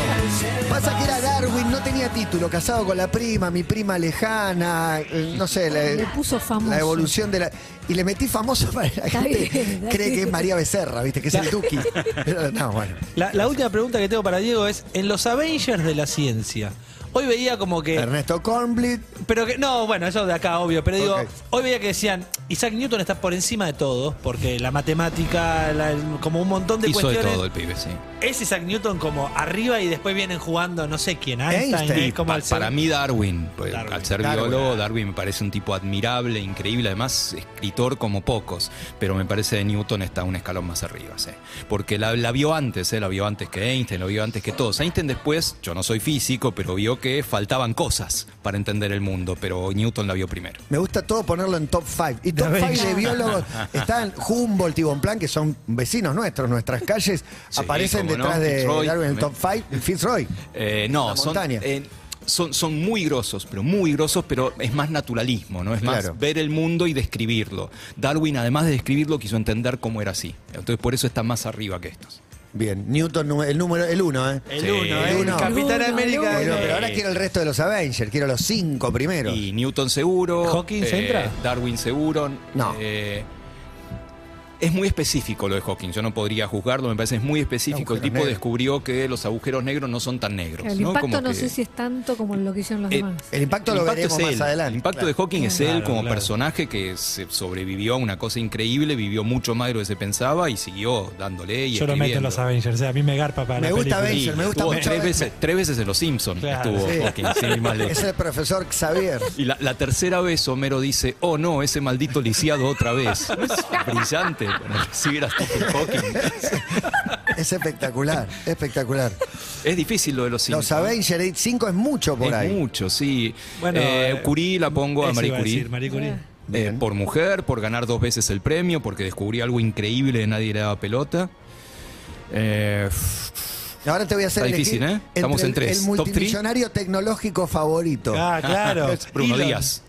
[SPEAKER 2] Pasa que era Darwin, no tenía título, casado con la prima, mi prima lejana, eh, no sé. La,
[SPEAKER 4] Le puso famoso.
[SPEAKER 2] La evolución de la... Y le metí famoso para que la
[SPEAKER 4] Está
[SPEAKER 2] gente
[SPEAKER 4] bien, está
[SPEAKER 2] cree que
[SPEAKER 4] bien.
[SPEAKER 2] es María Becerra, ¿viste? Que es el Duki. Pero no, bueno.
[SPEAKER 3] La, la última pregunta que tengo para Diego es, en los Avengers de la ciencia, hoy veía como que...
[SPEAKER 2] Ernesto Kornblit,
[SPEAKER 3] Pero que, no, bueno, eso de acá, obvio, pero digo,
[SPEAKER 2] Ok.
[SPEAKER 3] hoy veía que decían, Isaac Newton está por encima de todos, porque la matemática, la- como un montón de
[SPEAKER 5] Hizo de
[SPEAKER 3] cuestiones...
[SPEAKER 5] todo el pibe, sí.
[SPEAKER 3] Es Isaac Newton como arriba y después vienen jugando no sé quién, Einstein,
[SPEAKER 2] Einstein.
[SPEAKER 3] es como
[SPEAKER 5] Pa-
[SPEAKER 3] el
[SPEAKER 5] para mí Darwin, pues,
[SPEAKER 3] Darwin.
[SPEAKER 5] al ser
[SPEAKER 2] Darwin.
[SPEAKER 5] biólogo, Darwin me parece un tipo admirable, increíble, además escritor como pocos, pero me parece que Newton está un escalón más arriba, sí. porque la, la vio antes, eh, la vio antes que Einstein, la vio antes que todos. Einstein después, yo no soy físico, pero vio que faltaban cosas para entender el mundo, pero Newton la vio primero.
[SPEAKER 2] me gusta todo ponerlo en top 5. Y top
[SPEAKER 3] Ya
[SPEAKER 2] 5
[SPEAKER 3] ves.
[SPEAKER 2] de biólogos están Humboldt y Bonplan, que son vecinos nuestros, nuestras calles,
[SPEAKER 5] Sí,
[SPEAKER 2] aparecen
[SPEAKER 5] cómo no,
[SPEAKER 2] detrás de
[SPEAKER 5] Fitzroy
[SPEAKER 2] Darwin en el top
[SPEAKER 5] también.
[SPEAKER 2] 5. Fitzroy.
[SPEAKER 5] Eh, no,
[SPEAKER 2] La
[SPEAKER 5] son,
[SPEAKER 2] montaña.
[SPEAKER 5] eh, son, son muy grosos, pero muy grosos, pero es más naturalismo, ¿no? Es más
[SPEAKER 2] Claro.
[SPEAKER 5] ver el mundo y describirlo. Darwin, además de describirlo, quiso entender cómo era así. Entonces, por eso está más arriba que estos.
[SPEAKER 2] Bien, Newton, nu- el número, el uno, ¿eh?
[SPEAKER 3] El
[SPEAKER 5] Sí.
[SPEAKER 3] uno, ¿eh?
[SPEAKER 2] El uno.
[SPEAKER 4] El
[SPEAKER 3] Capitán
[SPEAKER 4] uno,
[SPEAKER 3] América.
[SPEAKER 4] el
[SPEAKER 2] Bueno,
[SPEAKER 4] uno.
[SPEAKER 2] pero ahora quiero el resto de los Avengers, quiero los cinco primero.
[SPEAKER 5] Y Newton seguro. eh,
[SPEAKER 3] ¿Hawkins entra?
[SPEAKER 5] Darwin seguro.
[SPEAKER 2] No.
[SPEAKER 5] eh, es muy específico lo de Hawkins, yo no podría juzgarlo, me parece es muy específico.
[SPEAKER 2] Agujeros
[SPEAKER 5] El tipo
[SPEAKER 2] negros.
[SPEAKER 5] descubrió que los agujeros negros no son tan negros.
[SPEAKER 4] El
[SPEAKER 5] ¿no?
[SPEAKER 4] impacto
[SPEAKER 5] Como
[SPEAKER 4] no
[SPEAKER 5] que-
[SPEAKER 4] sé si es tanto como lo que hicieron los
[SPEAKER 5] Eh,
[SPEAKER 4] demás.
[SPEAKER 2] El impacto lo
[SPEAKER 5] es
[SPEAKER 2] veremos
[SPEAKER 5] él.
[SPEAKER 2] más adelante.
[SPEAKER 5] El impacto de Hawking es él
[SPEAKER 3] Ah, Claro,
[SPEAKER 5] como
[SPEAKER 3] claro.
[SPEAKER 5] personaje que se sobrevivió a una cosa increíble, vivió mucho más de lo que se pensaba y siguió dándole y
[SPEAKER 3] Yo lo meto en
[SPEAKER 5] escribiendo.
[SPEAKER 3] los Avengers, o sea, a mí me garpa para
[SPEAKER 2] Me
[SPEAKER 3] la
[SPEAKER 2] gusta
[SPEAKER 3] película.
[SPEAKER 5] Sí,
[SPEAKER 2] Avengers, me gusta
[SPEAKER 5] estuvo
[SPEAKER 2] mucho
[SPEAKER 5] tres
[SPEAKER 2] Avengers.
[SPEAKER 5] veces, tres veces en Los Simpsons
[SPEAKER 3] Claro.
[SPEAKER 5] estuvo
[SPEAKER 2] Sí.
[SPEAKER 5] Hawking, sin ir más lejos.
[SPEAKER 2] Es el profesor Xavier.
[SPEAKER 5] Y la, la tercera vez Homero dice, oh no, ese maldito lisiado otra vez. Es brillante para recibir a Stephen Hawking.
[SPEAKER 2] Es espectacular, espectacular.
[SPEAKER 5] Es difícil lo de los Simpsons.
[SPEAKER 2] Los Avengers 5 es mucho por
[SPEAKER 5] es
[SPEAKER 2] ahí.
[SPEAKER 5] mucho, sí.
[SPEAKER 3] Bueno,
[SPEAKER 5] Eh,
[SPEAKER 3] eh,
[SPEAKER 5] Curie la pongo a
[SPEAKER 3] Eso
[SPEAKER 5] Marie
[SPEAKER 3] iba
[SPEAKER 5] Curie.
[SPEAKER 3] decir, Marie Curie.
[SPEAKER 5] Eh, por mujer, por ganar dos veces el premio, porque descubrí algo increíble que nadie le daba pelota. Eh,
[SPEAKER 2] Ahora te voy a hacer
[SPEAKER 5] Está difícil,
[SPEAKER 2] elegir
[SPEAKER 5] ¿eh? Estamos
[SPEAKER 2] entre
[SPEAKER 5] en tres.
[SPEAKER 2] El, el
[SPEAKER 5] Top three.
[SPEAKER 2] multimillonario tecnológico favorito.
[SPEAKER 3] Ah, claro.
[SPEAKER 5] Bruno
[SPEAKER 3] Elon.
[SPEAKER 5] Díaz.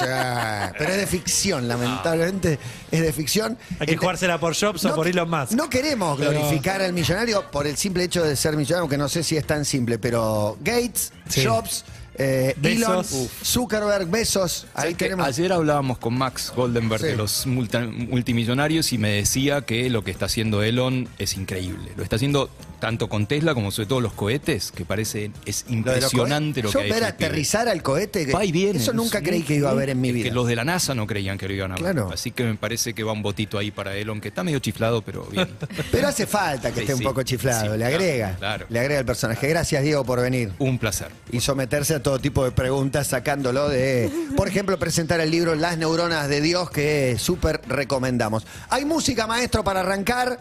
[SPEAKER 2] Ya, Pero es de ficción, lamentablemente. Es de ficción.
[SPEAKER 3] Hay que
[SPEAKER 2] Ente-
[SPEAKER 3] jugársela por Jobs o por Elon Musk.
[SPEAKER 2] No queremos
[SPEAKER 3] Pero-
[SPEAKER 2] glorificar al millonario por el simple hecho de ser millonario, aunque no sé si es tan simple, pero Gates,
[SPEAKER 3] Sí.
[SPEAKER 2] Jobs, eh, Elon,
[SPEAKER 3] Bezos.
[SPEAKER 2] Uf. Zuckerberg, Besos, ahí
[SPEAKER 5] ¿Sabes qué?
[SPEAKER 2] tenemos.
[SPEAKER 5] Ayer hablábamos con Max Goldenberg
[SPEAKER 2] Sí.
[SPEAKER 5] de los multa- multimillonarios y me decía que lo que está haciendo Elon es increíble. Lo está haciendo tanto con Tesla como sobre todo los cohetes, que parece es
[SPEAKER 2] Lo de los
[SPEAKER 5] impresionante lo,
[SPEAKER 2] cohetes. Yo
[SPEAKER 5] que ha hecho este
[SPEAKER 2] ver
[SPEAKER 5] el pibe.
[SPEAKER 2] aterrizar al cohete, que-
[SPEAKER 5] Va y viene,
[SPEAKER 2] eso
[SPEAKER 5] no
[SPEAKER 2] nunca
[SPEAKER 5] sé, ¿eh?
[SPEAKER 2] creí que iba a ver en mi
[SPEAKER 5] es
[SPEAKER 2] vida.
[SPEAKER 5] Que los de la NASA no creían que lo iban a ver.
[SPEAKER 2] Claro.
[SPEAKER 5] Así que me parece que va un botito ahí para Elon, que está medio chiflado, pero bien.
[SPEAKER 2] Pero hace falta que
[SPEAKER 5] Sí,
[SPEAKER 2] esté un
[SPEAKER 5] sí.
[SPEAKER 2] poco chiflado,
[SPEAKER 5] Sí,
[SPEAKER 2] le
[SPEAKER 5] claro,
[SPEAKER 2] agrega.
[SPEAKER 5] claro.
[SPEAKER 2] Le agrega el personaje. Gracias, Diego, por venir.
[SPEAKER 5] un placer.
[SPEAKER 2] Y someterse a todo tipo de preguntas, sacándolo de, por ejemplo, presentar el libro Las neuronas de Dios, que súper recomendamos. Hay música, maestro, para arrancar.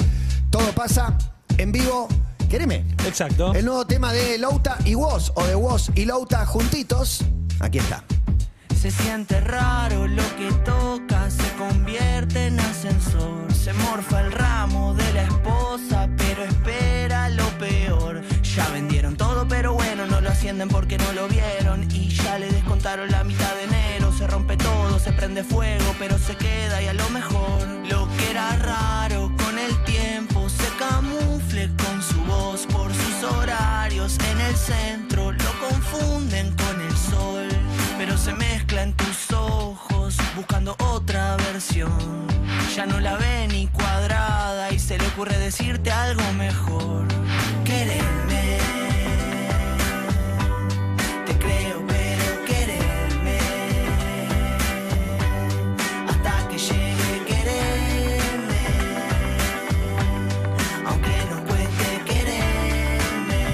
[SPEAKER 2] Todo pasa en vivo. Quereme.
[SPEAKER 3] Exacto.
[SPEAKER 2] El nuevo tema de Louta y Woz, o de Woz y Louta juntitos. Aquí está.
[SPEAKER 10] Se siente raro lo que toca, se convierte en ascensor. Se morfa el ramo de la esposa, pero espera lo peor. Ya vendieron todo, pero bueno, no lo ascienden porque no lo vieron. Y ya le descontaron la mitad de enero. Se rompe todo, se prende fuego, pero se queda y a lo mejor. Lo que era raro con el tiempo se camufle con su voz por sus horarios. En el centro lo confunden con el sol, pero se mezcla en tus ojos buscando otra versión. Ya no la ve ni cuadrada y se le ocurre decirte algo mejor. Quererme, te creo, pero quererme. Hasta que llegue quererme, aunque no cueste quererme.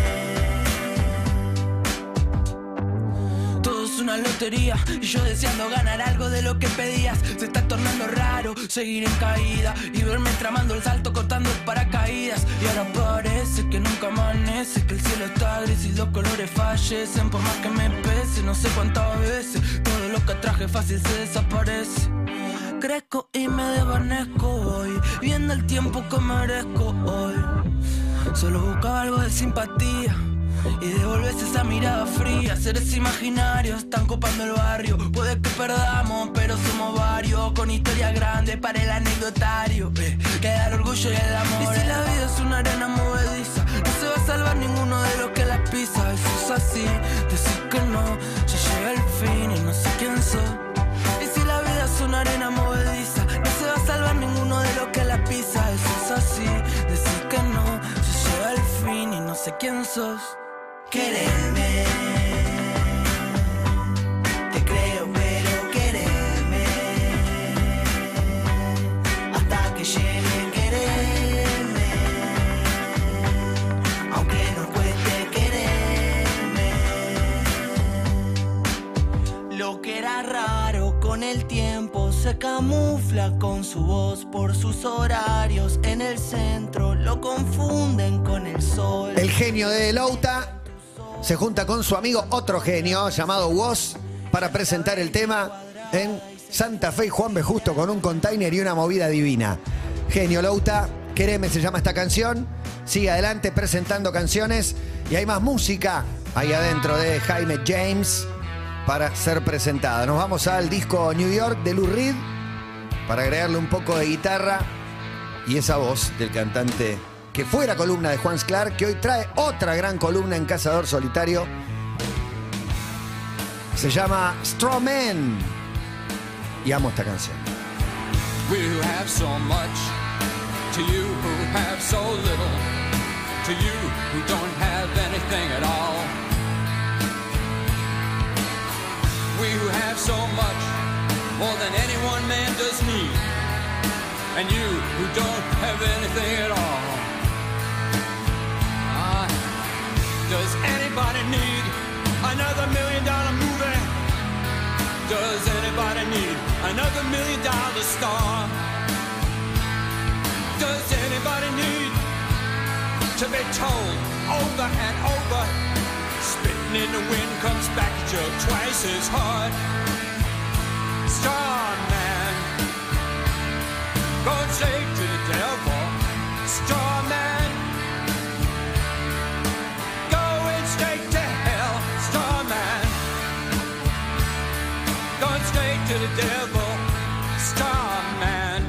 [SPEAKER 10] Todo es una lotería y yo deseando ganar algo de lo que pedías. Se está tornando raro seguir en caída y verme tramando el salto cortando el paracaídas. Y ahora parece que nunca amanece, que el cielo está gris y los colores fallecen. Por más que me pese, no sé cuántas veces todo lo que traje fácil se desaparece. Crezco y me desvanezco hoy, viendo el tiempo que merezco hoy. Solo buscaba algo de simpatía y devolves esa mirada fría. Seres imaginarios están copando el barrio. Puede que perdamos, pero somos varios. Con historia grande para el anecdotario. eh, que da el orgullo y el amor. Y si la vida es una arena movediza, no se va a salvar ninguno de los que la pisa. Eso es así, decir que no. Ya llega el fin y no sé quién soy. Y si la vida es una arena movediza, no se va a salvar ninguno de los que la pisa. Eso es así, decir que no, se llega el fin y no sé quién sos. Quererme, te creo, pero quererme. Hasta que llegue quererme, aunque no cueste quererme. Lo que era raro con el tiempo se camufla con su voz por sus horarios. En el centro lo confunden con el sol.
[SPEAKER 2] El genio de Louta se junta con su amigo otro genio llamado Woz para presentar el tema en Santa Fe y Juan B. Justo con un container y una movida divina. Genio Louta, quereme se llama esta canción. Sigue adelante presentando canciones y hay más música ahí adentro de Jaime James para ser presentada. Nos vamos al disco New York de Lou Reed para agregarle un poco de guitarra y esa voz del cantante que fuera columna de Juan Sclar, que hoy trae otra gran columna en Cazador Solitario. Se llama Strawman. Y amo esta canción.
[SPEAKER 11] We who have so much, to you who have so little, to you who don't have anything at all. We who have so much, more than any one man does need, and you who don't have anything at all. Ah, does anybody need another million dollar movie? Does anybody need another million dollar star? Does anybody need to be told over and over? Spitting in the wind comes back at you twice as hard. Starman, go take to the devil. Starman, go and straight to hell. Starman. Going straight to the devil, Starman.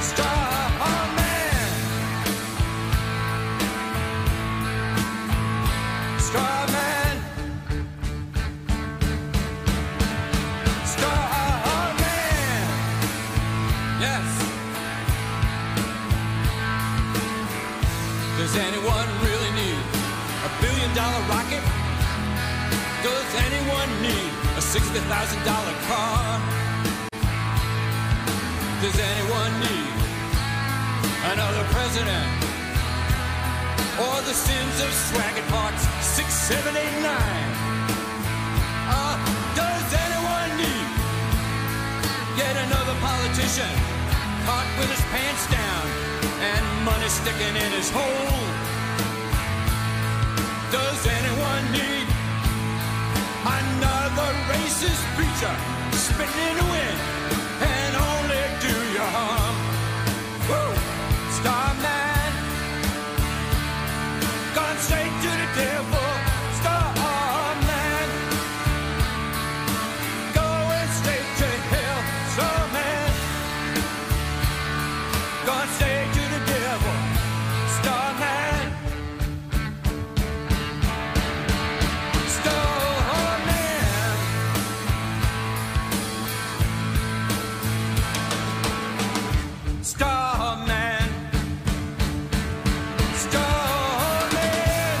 [SPEAKER 11] Starman. Starman. Starman. Yes. Does anyone really need a billion dollar rocket? Does anyone need a $60,000 car? Does anyone need another president? Or the sins of Swaggart Parks 6789? Uh, does anyone need yet another politician caught with his pants down and money sticking in his hole? Does anyone need Another racist preacher spitting in the wind and only do your harm. Woo! Starman, gone straight to the devil. Starman, going straight to hell. Starman, gone straight to the devil. Starman. Starman. Starman. Starman.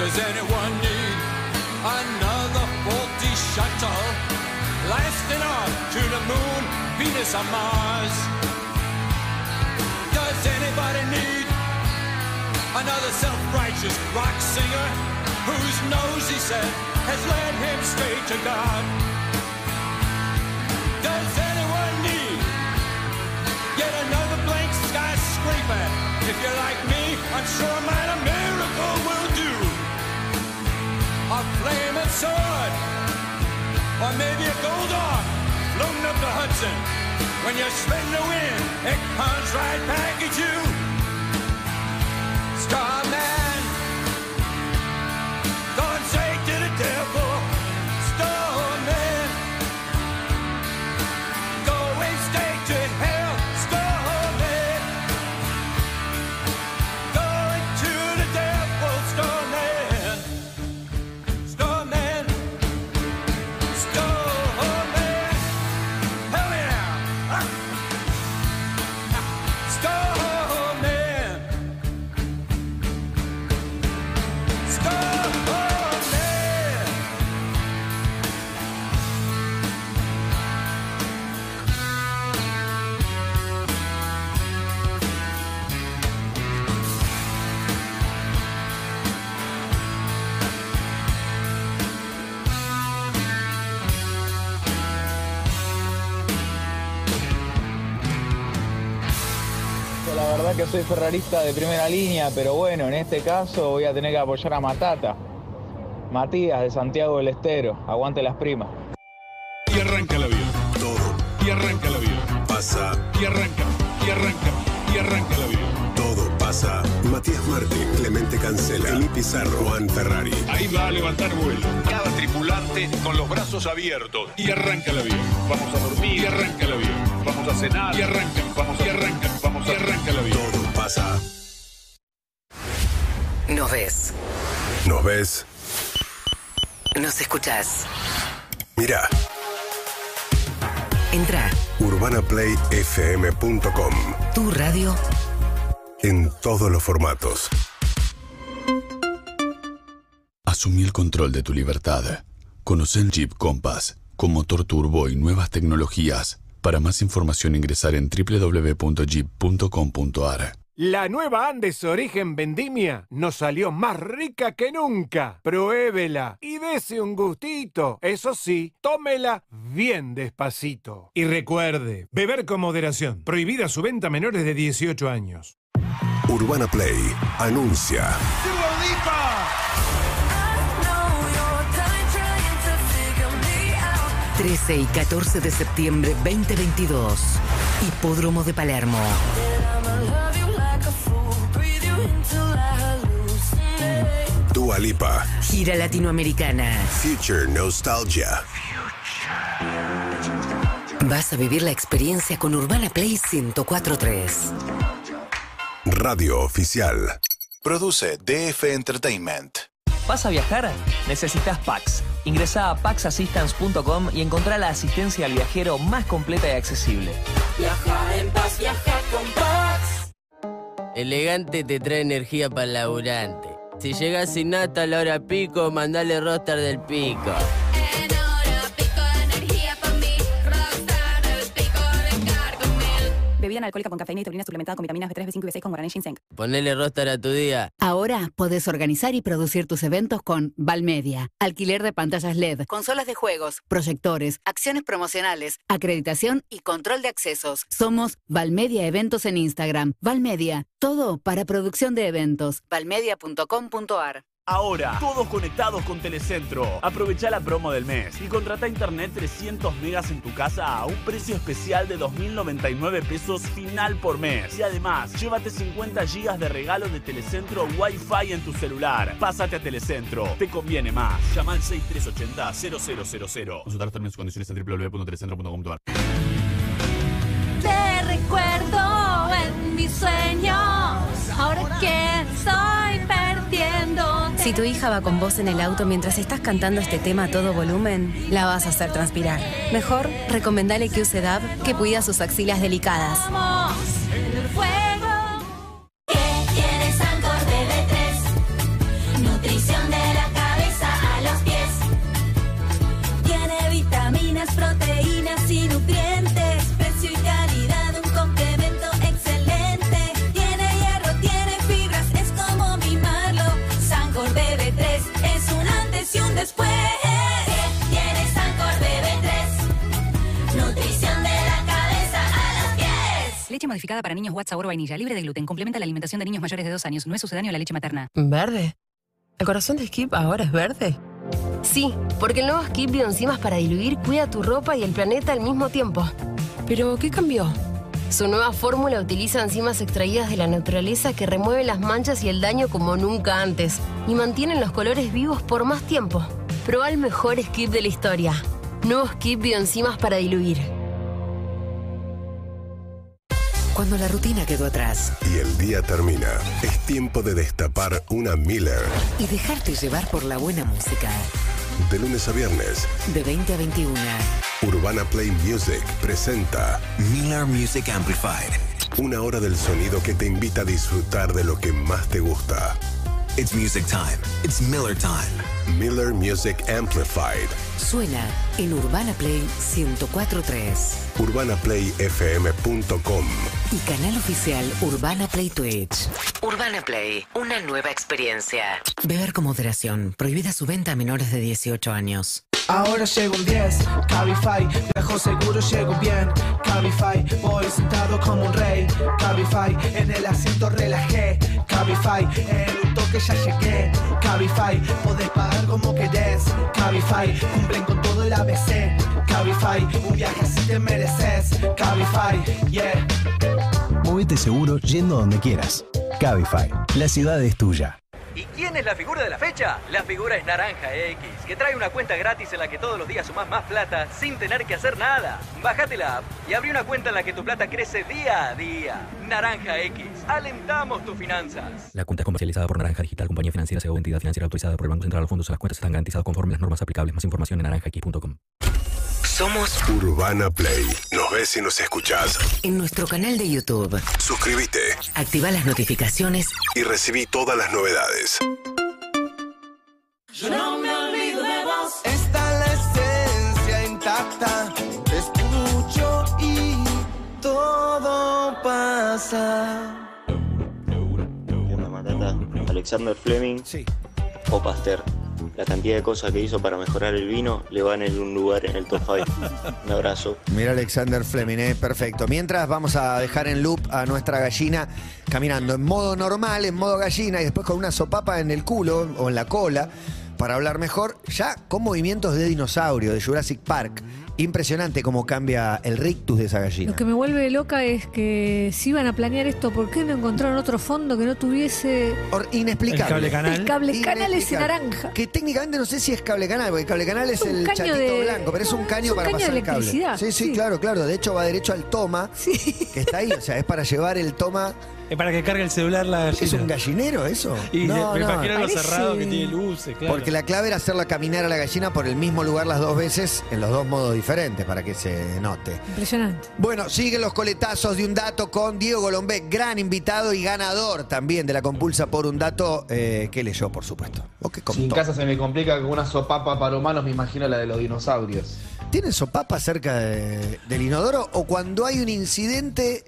[SPEAKER 11] Does anyone need another faulty shuttle blasting off to the moon, Venus, or Mars? Does anybody need another self-righteous rock singer whose nose he said has led him straight to God? Does anyone need yet another blank skyscraper? If you're like me, I'm sure mine a miracle will do a flaming sword, or maybe a gold arm floating up the Hudson. When you're spreading the wind, it comes right back at you. Starman, gone straight to the devil. Starman, going straight to hell. Ah.
[SPEAKER 12] Scarlet.
[SPEAKER 5] La verdad que soy ferrarista de primera línea, pero bueno, en este caso voy a tener que apoyar a Matata. Matías de Santiago del Estero, aguante las primas.
[SPEAKER 13] Y arranca la vida. Todo. Y arranca la vida. Pasa. Y arranca. Y arranca. Y arranca la vida.
[SPEAKER 14] Todo pasa. Matías Martí, Clemente Cancela, Emi Pizarro, Juan Ferrari.
[SPEAKER 13] Ahí va a levantar vuelo. Cada tripulante con los brazos abiertos. Y arranca la vida. Vamos a dormir. Y arranca la vida. Vamos a cenar. Y arranca. Vamos y arranca. Vamos y arranca la vida. Todo pasa.
[SPEAKER 15] Nos ves,
[SPEAKER 14] ¿Nos ves?
[SPEAKER 15] nos escuchás.
[SPEAKER 14] Mira,
[SPEAKER 15] Entra,
[SPEAKER 14] urbanaplayfm.com.
[SPEAKER 15] tu radio
[SPEAKER 14] En todos los formatos.
[SPEAKER 16] Asumí el control de tu libertad. Conoce el Jeep Compass con motor turbo y nuevas tecnologías. Para más información ingresar en www.jeep.com.ar.
[SPEAKER 17] La nueva Andes Origen Vendimia nos salió más rica que nunca. Pruébela y dese un gustito. Eso sí, tómela bien despacito. Y recuerde, beber con moderación. Prohibida su venta a menores de 18 años.
[SPEAKER 14] Urbana Play anuncia.
[SPEAKER 12] to figure me out.
[SPEAKER 15] 13 y 14 de septiembre 2022. Hipódromo de Palermo.
[SPEAKER 12] I'ma love you like a fool, breathe you until I hallucinate.
[SPEAKER 14] Dua Lipa.
[SPEAKER 15] Gira latinoamericana.
[SPEAKER 14] Future Nostalgia.
[SPEAKER 15] Vas a vivir la experiencia con Urbana Play 1043.
[SPEAKER 14] Radio Oficial. Produce DF Entertainment.
[SPEAKER 18] ¿Vas a viajar? Necesitas PAX. Ingresa a paxassistance.com y encontrá la asistencia al viajero más completa y accesible.
[SPEAKER 12] Viaja en paz, viaja con paz.
[SPEAKER 19] Elegante te trae energía para el laburante. Si llegas sin nata a la hora pico, mandale roster del pico.
[SPEAKER 12] En hora pico energía para mí, rockstar el pico recargo mil.
[SPEAKER 20] Bebida alcohólica con cafeína y taurina suplementada con vitaminas B3, B5 y B6 con guaraní ginseng.
[SPEAKER 19] Ponele roster a tu día.
[SPEAKER 21] Ahora podés organizar y producir tus eventos con Valmedia, alquiler de pantallas LED, consolas de juegos, proyectores, acciones promocionales, acreditación y control de accesos. Somos Valmedia Eventos en Instagram. Valmedia, todo para producción de eventos. Valmedia.com.ar.
[SPEAKER 22] Ahora, todos conectados con Telecentro. Aprovecha la promo del mes y contrata internet 300 megas en tu casa a un precio especial de 2.099 pesos final por mes. Y además, llévate 50 gigas de regalo de Telecentro Wi-Fi en tu celular. Pásate a Telecentro, te conviene más. Llama al 6380-0000. Consultar términos y condiciones en www.telecentro.com.ar.
[SPEAKER 12] Te recuerdo en mis sueños, ahora que estoy perdiendo.
[SPEAKER 23] Si tu hija va con vos en el auto mientras estás cantando este tema a todo volumen, la vas a hacer transpirar. Mejor, recomendale que use DAB, que cuida sus axilas delicadas.
[SPEAKER 12] Vamos en el fuego. ¿Qué quieres algo de B3? Nutrición de la cabeza a los pies. Tiene vitaminas, proteínas y nutrientes. Precio y calidad, un complemento excelente. Tiene hierro, tiene fibras, es como mimarlo. Sancor BB3 es un antes y un después. ¿Qué tiene Sancor BB3? Nutrición de la cabeza a los pies.
[SPEAKER 20] Leche modificada para niños WhatsApp sabor vainilla, libre de gluten, complementa la alimentación de niños mayores de 2 años, no es sucedáneo a la leche materna.
[SPEAKER 24] ¿Verde? ¿El corazón de Skip ahora es verde?
[SPEAKER 23] Sí, porque el nuevo Skip Bioenzimas para diluir cuida tu ropa y el planeta al mismo tiempo. ¿Pero qué cambió? Su nueva fórmula utiliza enzimas extraídas de la naturaleza que remueven las manchas y el daño como nunca antes y mantienen los colores vivos por más tiempo. Proba el mejor Skip de la historia. Nuevo Skip Bioenzimas para diluir.
[SPEAKER 15] Cuando la rutina quedó atrás
[SPEAKER 14] Y el día termina. Es tiempo de destapar una Miller.
[SPEAKER 15] y dejarte llevar por la buena música.
[SPEAKER 14] De lunes a viernes,
[SPEAKER 15] De 20 a 21.
[SPEAKER 14] Urbana Play Music presenta Miller Music Amplified. Una hora del sonido que te invita a disfrutar de lo que más te gusta.
[SPEAKER 1] It's music time. It's Miller time.
[SPEAKER 14] Miller Music Amplified.
[SPEAKER 15] Suena en Urbana Play 1043
[SPEAKER 14] UrbanaPlayFM.com.
[SPEAKER 15] y canal oficial Urbana Play Twitch. Urbana Play, una nueva experiencia. Beber con moderación. Prohibida su venta a menores de 18 años.
[SPEAKER 10] Ahora llego un 10, Cabify, viajo seguro, llego bien, Cabify, voy sentado como un rey, Cabify, en el asiento relajé, Cabify, en un toque ya llegué, Cabify, podés pagar como querés, Cabify, cumplen con todo el ABC, Cabify, un viaje así te mereces, Cabify, yeah.
[SPEAKER 6] Movete seguro yendo a donde quieras. Cabify, la ciudad es tuya.
[SPEAKER 7] ¿Y quién es la figura de la fecha? La figura es Naranja X, que trae una cuenta gratis en la que todos los días sumás más plata sin tener que hacer nada. Bájate la app y abrí una cuenta en la que tu plata crece día a día. Naranja X, alentamos tus finanzas.
[SPEAKER 8] La cuenta es comercializada por Naranja Digital, compañía financiera o entidad financiera autorizada por el Banco Central. Los fondos de las cuentas están garantizados conforme las normas aplicables. Más información en naranjax.com.
[SPEAKER 14] Somos Urbana Play. Nos ves y nos escuchás.
[SPEAKER 15] En nuestro canal de YouTube.
[SPEAKER 14] Suscríbete
[SPEAKER 15] Activa las notificaciones
[SPEAKER 14] y recibí todas las novedades.
[SPEAKER 10] Yo no me olvido de vos. Está la esencia intacta. Te escucho y todo pasa.
[SPEAKER 25] Matata, Alexander Fleming o Pasteur. La cantidad de cosas que hizo para mejorar el vino le van en un lugar en el top 5. Un abrazo.
[SPEAKER 2] Mira Alexander Fleming, ¿eh? perfecto. Mientras vamos a dejar en loop a nuestra gallina caminando en modo normal, en modo gallina, y después con una sopapa en el culo o en la cola, para hablar mejor, ya con movimientos de dinosaurio, de Jurassic Park. Impresionante cómo cambia el rictus de esa gallina.
[SPEAKER 4] Lo que me vuelve loca es que si iban a planear esto, ¿por qué no encontraron otro fondo que no tuviese
[SPEAKER 2] Inexplicable.
[SPEAKER 4] El cable canal. El cable canal ese
[SPEAKER 2] Inexplicable.
[SPEAKER 4] naranja.
[SPEAKER 2] Que técnicamente no sé si es cable canal, porque cable canal es
[SPEAKER 4] un
[SPEAKER 2] el
[SPEAKER 4] caño
[SPEAKER 2] chatito
[SPEAKER 4] de-
[SPEAKER 2] blanco, pero es un
[SPEAKER 4] no,
[SPEAKER 2] caño
[SPEAKER 4] es un
[SPEAKER 2] para
[SPEAKER 4] caño
[SPEAKER 2] pasar
[SPEAKER 4] de
[SPEAKER 2] el cable.
[SPEAKER 4] electricidad.
[SPEAKER 2] Sí, sí,
[SPEAKER 4] Sí.
[SPEAKER 2] claro, claro. De hecho va derecho al toma, que está ahí, o sea, es para llevar el toma.
[SPEAKER 3] Es para que cargue el celular la gallina.
[SPEAKER 2] ¿Es un gallinero eso?
[SPEAKER 3] Y
[SPEAKER 2] No,
[SPEAKER 3] me
[SPEAKER 2] no.
[SPEAKER 3] imagino lo
[SPEAKER 2] Parece-
[SPEAKER 3] cerrado que tiene luces, claro.
[SPEAKER 2] Porque la clave era hacerla caminar a la gallina por el mismo lugar las dos veces, en los dos modos diferentes, para que se note.
[SPEAKER 4] Impresionante.
[SPEAKER 2] Bueno, siguen los coletazos de un dato con Diego Golombé, gran invitado y ganador también de la compulsa por un dato eh, que leyó, por supuesto. O que
[SPEAKER 26] Si en
[SPEAKER 2] contó.
[SPEAKER 26] casa se me complica con una sopapa para humanos, me imagino la de los dinosaurios.
[SPEAKER 2] ¿Tienen sopapa cerca de- del inodoro? O cuando hay un incidente,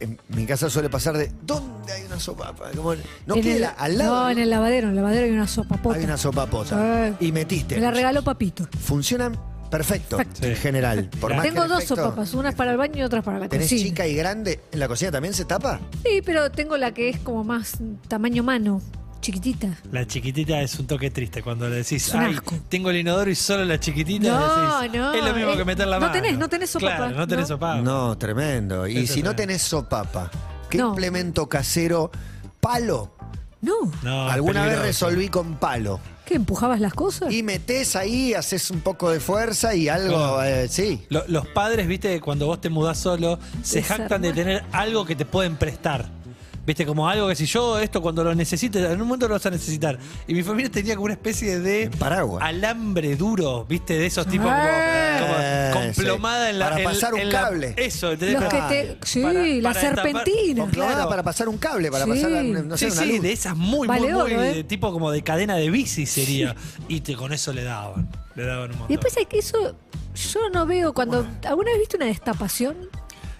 [SPEAKER 2] en mi casa suele pasar de, ¿dónde hay una sopapa? Como, no
[SPEAKER 4] En
[SPEAKER 2] queda
[SPEAKER 4] el-
[SPEAKER 2] al lado.
[SPEAKER 4] No, en el lavadero, en el lavadero hay una sopa pota.
[SPEAKER 2] Hay una sopapota. Y metiste.
[SPEAKER 4] Me la regaló papito.
[SPEAKER 2] Funcionan perfecto, en general. Por más que
[SPEAKER 4] Tengo
[SPEAKER 2] el
[SPEAKER 4] dos
[SPEAKER 2] efecto-
[SPEAKER 4] sopapas, unas para el baño y otras para la
[SPEAKER 2] ¿Tenés
[SPEAKER 4] cocina.
[SPEAKER 2] chica y grande? ¿En la cocina también se tapa?
[SPEAKER 4] Sí, pero tengo la que es como más tamaño mano, chiquitita.
[SPEAKER 3] La chiquitita es un toque triste cuando le decís,
[SPEAKER 4] Es un
[SPEAKER 3] ay, tengo el inodoro y solo la chiquitita.
[SPEAKER 4] No,
[SPEAKER 3] decís,
[SPEAKER 4] no,
[SPEAKER 3] Es lo mismo
[SPEAKER 4] eh,
[SPEAKER 3] que meter la
[SPEAKER 4] no
[SPEAKER 3] mano.
[SPEAKER 4] tenés, no tenés sopapa,
[SPEAKER 3] Claro, no tenés
[SPEAKER 4] ¿no?
[SPEAKER 3] sopapa.
[SPEAKER 2] No, tremendo. Y
[SPEAKER 3] Eso
[SPEAKER 2] si no
[SPEAKER 3] también.
[SPEAKER 2] tenés sopapa, ¿qué implemento casero? ¿Palo?
[SPEAKER 4] No.
[SPEAKER 3] No, es
[SPEAKER 2] Alguna vez
[SPEAKER 3] peligroso.
[SPEAKER 2] resolví con palo.
[SPEAKER 4] ¿Qué empujabas las cosas?
[SPEAKER 2] Y metés ahí, haces un poco de fuerza y algo,
[SPEAKER 3] Claro.
[SPEAKER 2] eh, sí.
[SPEAKER 3] Lo- los padres, viste, cuando vos te mudás solo, se
[SPEAKER 2] Desarmás.
[SPEAKER 3] jactan de tener algo que te pueden prestar. Viste, como algo que si yo esto cuando lo necesites, en un momento lo vas a necesitar. Y mi familia tenía como una especie de
[SPEAKER 2] paraguas.
[SPEAKER 3] alambre duro, viste, de esos tipos como,
[SPEAKER 2] Ah,
[SPEAKER 3] como con
[SPEAKER 2] sí.
[SPEAKER 3] plomada en la.
[SPEAKER 2] Para
[SPEAKER 3] en-
[SPEAKER 2] pasar un
[SPEAKER 3] en la-
[SPEAKER 2] cable.
[SPEAKER 3] eso, ¿entendés? Ah.
[SPEAKER 4] Los que
[SPEAKER 3] Para-
[SPEAKER 4] te, sí,
[SPEAKER 3] para-
[SPEAKER 4] la
[SPEAKER 3] para destapar-
[SPEAKER 4] serpentina.
[SPEAKER 3] con plomada
[SPEAKER 2] Ah, para pasar un cable, para
[SPEAKER 4] Sí.
[SPEAKER 2] pasar, no sé,
[SPEAKER 3] sí,
[SPEAKER 2] una
[SPEAKER 3] sí,
[SPEAKER 2] luz.
[SPEAKER 3] de esas muy,
[SPEAKER 4] Vale
[SPEAKER 3] muy, muy,
[SPEAKER 4] oro, ¿eh?
[SPEAKER 3] de tipo como de cadena de bici sería. Y te, con eso le daban. Le daban un
[SPEAKER 4] Y
[SPEAKER 3] montón.
[SPEAKER 4] después hay que eso, yo no veo cuando. ¿Alguna vez viste una destapación?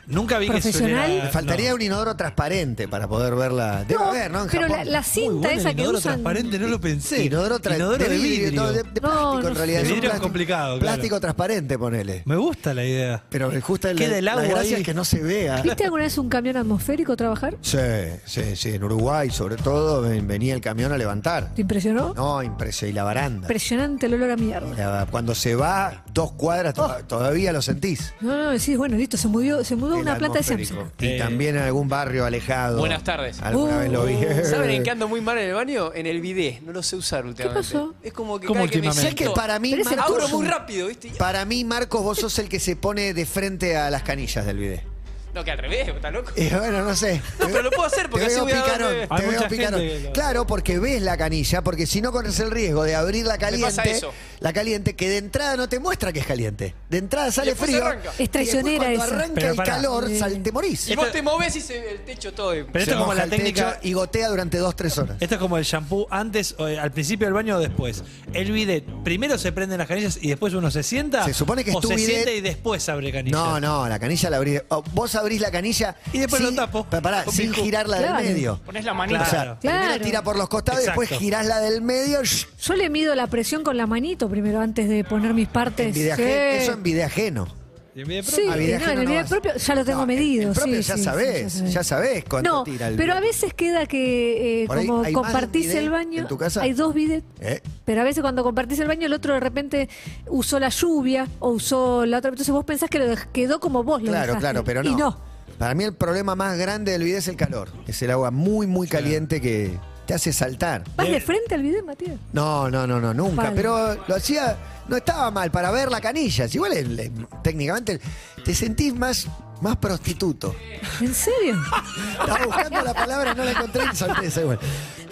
[SPEAKER 3] Nunca vi que
[SPEAKER 2] Me faltaría un inodoro transparente para poder verla. Debe
[SPEAKER 4] No,
[SPEAKER 2] haber, ¿no? En
[SPEAKER 4] pero
[SPEAKER 2] Japón.
[SPEAKER 4] la- la Muy cinta bueno, esa el que inodoro usan- transparente,
[SPEAKER 3] no lo pensé.
[SPEAKER 2] Inodoro, tra-
[SPEAKER 3] Inodoro
[SPEAKER 2] de
[SPEAKER 3] de
[SPEAKER 2] vidrio,
[SPEAKER 3] vidrio.
[SPEAKER 2] todo de, de
[SPEAKER 4] No,
[SPEAKER 2] plástico
[SPEAKER 4] no
[SPEAKER 2] en realidad.
[SPEAKER 3] sé.
[SPEAKER 2] es
[SPEAKER 3] Vidrio
[SPEAKER 2] un
[SPEAKER 3] es
[SPEAKER 2] plástico-
[SPEAKER 3] complicado, claro.
[SPEAKER 2] Plástico transparente, ponele.
[SPEAKER 3] Me gusta la idea.
[SPEAKER 2] Pero me gusta el,
[SPEAKER 3] Queda el
[SPEAKER 2] la
[SPEAKER 3] agua
[SPEAKER 2] gracia
[SPEAKER 3] ahí.
[SPEAKER 2] es que no se vea.
[SPEAKER 4] ¿Viste alguna vez un camión atmosférico trabajar?
[SPEAKER 2] Sí, sí, sí. En Uruguay, sobre todo, ven- venía el camión a levantar.
[SPEAKER 4] ¿Te impresionó?
[SPEAKER 2] No, impresionante. Y la baranda.
[SPEAKER 4] Impresionante el olor a mierda.
[SPEAKER 2] La- Cuando se va dos cuadras, to-
[SPEAKER 4] Oh.
[SPEAKER 2] todavía lo sentís.
[SPEAKER 4] No, no, decís, bueno, listo, se mudó, se mudó
[SPEAKER 2] El
[SPEAKER 4] una planta de
[SPEAKER 2] atmosférico.
[SPEAKER 4] Samsung.
[SPEAKER 2] Y también en algún barrio alejado.
[SPEAKER 18] Eh. Buenas tardes.
[SPEAKER 2] Alguna vez lo vi.
[SPEAKER 4] Uh.
[SPEAKER 18] ¿Saben en qué ando muy mal en el baño? En el bidé. No lo sé usar últimamente.
[SPEAKER 2] pasó?
[SPEAKER 18] Es como que
[SPEAKER 2] ¿Cómo
[SPEAKER 18] cada que me
[SPEAKER 2] últimamente?
[SPEAKER 18] siento,
[SPEAKER 2] Es que para mí, Pero es el
[SPEAKER 18] abro
[SPEAKER 2] tuyo.
[SPEAKER 18] muy rápido, ¿viste?
[SPEAKER 2] Para mí, Marcos, vos sos el que se pone de frente a las canillas del video.
[SPEAKER 18] No, que al revés, ¿estás loco?
[SPEAKER 2] Y Eh, bueno, no sé.
[SPEAKER 18] No, pero lo puedo hacer porque
[SPEAKER 2] te veo
[SPEAKER 18] así voy a
[SPEAKER 2] picarón,
[SPEAKER 18] darle-
[SPEAKER 2] te veo picarón. Claro, porque ves la canilla, porque si no corres el riesgo de abrir la
[SPEAKER 18] pasa
[SPEAKER 2] caliente,
[SPEAKER 18] eso.
[SPEAKER 2] la caliente que de entrada no te muestra que es caliente. de entrada sale
[SPEAKER 18] después
[SPEAKER 2] frío. y
[SPEAKER 18] arranca. Es
[SPEAKER 2] después
[SPEAKER 4] traicionera
[SPEAKER 2] cuando
[SPEAKER 4] esa.
[SPEAKER 2] arranca
[SPEAKER 3] Pero
[SPEAKER 2] el
[SPEAKER 3] pará.
[SPEAKER 2] calor,
[SPEAKER 3] Sí.
[SPEAKER 2] sal- te morís.
[SPEAKER 18] Y vos te movés y se, el techo todo.
[SPEAKER 3] Pero esto
[SPEAKER 2] Se
[SPEAKER 3] es como
[SPEAKER 2] moja
[SPEAKER 3] la
[SPEAKER 2] el
[SPEAKER 3] técnica-
[SPEAKER 2] techo Y gotea durante dos, tres horas.
[SPEAKER 3] Esto es como el shampoo antes, o, eh, al principio del baño o después. El bidet, primero se prenden las canillas y después uno se sienta.
[SPEAKER 2] Se supone que es
[SPEAKER 3] o
[SPEAKER 2] tu
[SPEAKER 3] se
[SPEAKER 2] bidet.
[SPEAKER 3] sienta y después abre canillas.
[SPEAKER 2] No, no, la canilla la abrís. o vos abrís la canilla.
[SPEAKER 3] Y después
[SPEAKER 2] sin-
[SPEAKER 3] lo tapo.
[SPEAKER 2] pa- Pará,
[SPEAKER 3] Con
[SPEAKER 2] sin
[SPEAKER 3] mi cu-
[SPEAKER 2] girarla
[SPEAKER 4] Claro.
[SPEAKER 2] del medio.
[SPEAKER 5] Pones la
[SPEAKER 2] O
[SPEAKER 5] manita.
[SPEAKER 2] sea,
[SPEAKER 4] Claro.
[SPEAKER 2] primero tira por los costados
[SPEAKER 3] Exacto.
[SPEAKER 2] y después girás la del medio. shh,
[SPEAKER 4] Yo le mido la presión con la manito primero antes de poner mis
[SPEAKER 2] en
[SPEAKER 4] partes.
[SPEAKER 2] vida
[SPEAKER 4] Sí.
[SPEAKER 2] aje- Eso en vida ajeno.
[SPEAKER 3] Y el bidet
[SPEAKER 4] Sí,
[SPEAKER 3] propio.
[SPEAKER 2] A vida
[SPEAKER 4] no,
[SPEAKER 2] ajena
[SPEAKER 4] en el
[SPEAKER 2] no
[SPEAKER 4] video
[SPEAKER 2] vas.
[SPEAKER 4] propio ya lo tengo
[SPEAKER 2] No, el-
[SPEAKER 4] medido.
[SPEAKER 2] el propio
[SPEAKER 4] sí,
[SPEAKER 2] ya
[SPEAKER 4] sí,
[SPEAKER 2] sabés,
[SPEAKER 4] sí, ya sabés.
[SPEAKER 2] ya sabés cuánto
[SPEAKER 4] No,
[SPEAKER 2] tira el
[SPEAKER 4] pero a veces queda que eh,
[SPEAKER 2] Por ahí
[SPEAKER 4] como
[SPEAKER 2] hay más de un
[SPEAKER 4] compartís
[SPEAKER 2] bidet
[SPEAKER 4] el baño,
[SPEAKER 2] en tu casa.
[SPEAKER 4] hay dos bidets.
[SPEAKER 2] ¿Eh?
[SPEAKER 4] Pero a veces cuando compartís el baño, el otro de repente usó la lluvia o usó la otra. Entonces vos pensás que lo dej- quedó como vos lo
[SPEAKER 2] Claro,
[SPEAKER 4] dejaste.
[SPEAKER 2] claro, pero no.
[SPEAKER 4] Y no.
[SPEAKER 2] Para mí el problema más grande del bidet es el calor. Es el agua muy, muy caliente que te hace saltar.
[SPEAKER 4] ¿Vas
[SPEAKER 3] Eh.
[SPEAKER 4] de frente al bidet, Matías?
[SPEAKER 2] No, no, no, no, nunca.
[SPEAKER 4] Vale.
[SPEAKER 2] Pero lo hacía, no estaba mal para ver la canilla. Si Igual el- el- técnicamente te sentís más, más prostituto.
[SPEAKER 4] ¿En serio?
[SPEAKER 2] Estaba buscando la palabra, no la encontré en sorpresa igual.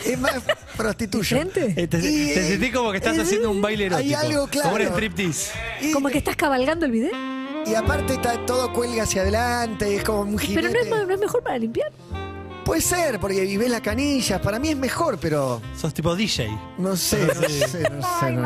[SPEAKER 2] Es más prostituyo.
[SPEAKER 4] ¿Gente?
[SPEAKER 3] Eh, te,
[SPEAKER 2] Y- eh,
[SPEAKER 3] te sentís como que estás haciendo un baile
[SPEAKER 2] Hay
[SPEAKER 3] erótico.
[SPEAKER 2] algo claro.
[SPEAKER 3] Como un striptease.
[SPEAKER 2] Y,
[SPEAKER 4] ¿Como que estás cabalgando el bidet?
[SPEAKER 2] y aparte está todo cuelga hacia adelante, es como un
[SPEAKER 4] Pero
[SPEAKER 2] jinete.
[SPEAKER 4] no es, ma- no es mejor para limpiar.
[SPEAKER 2] Puede ser, porque vivés las canillas. Para mí es mejor, pero
[SPEAKER 3] Sos tipo DJ.
[SPEAKER 2] no sé, no sé, no sé. no-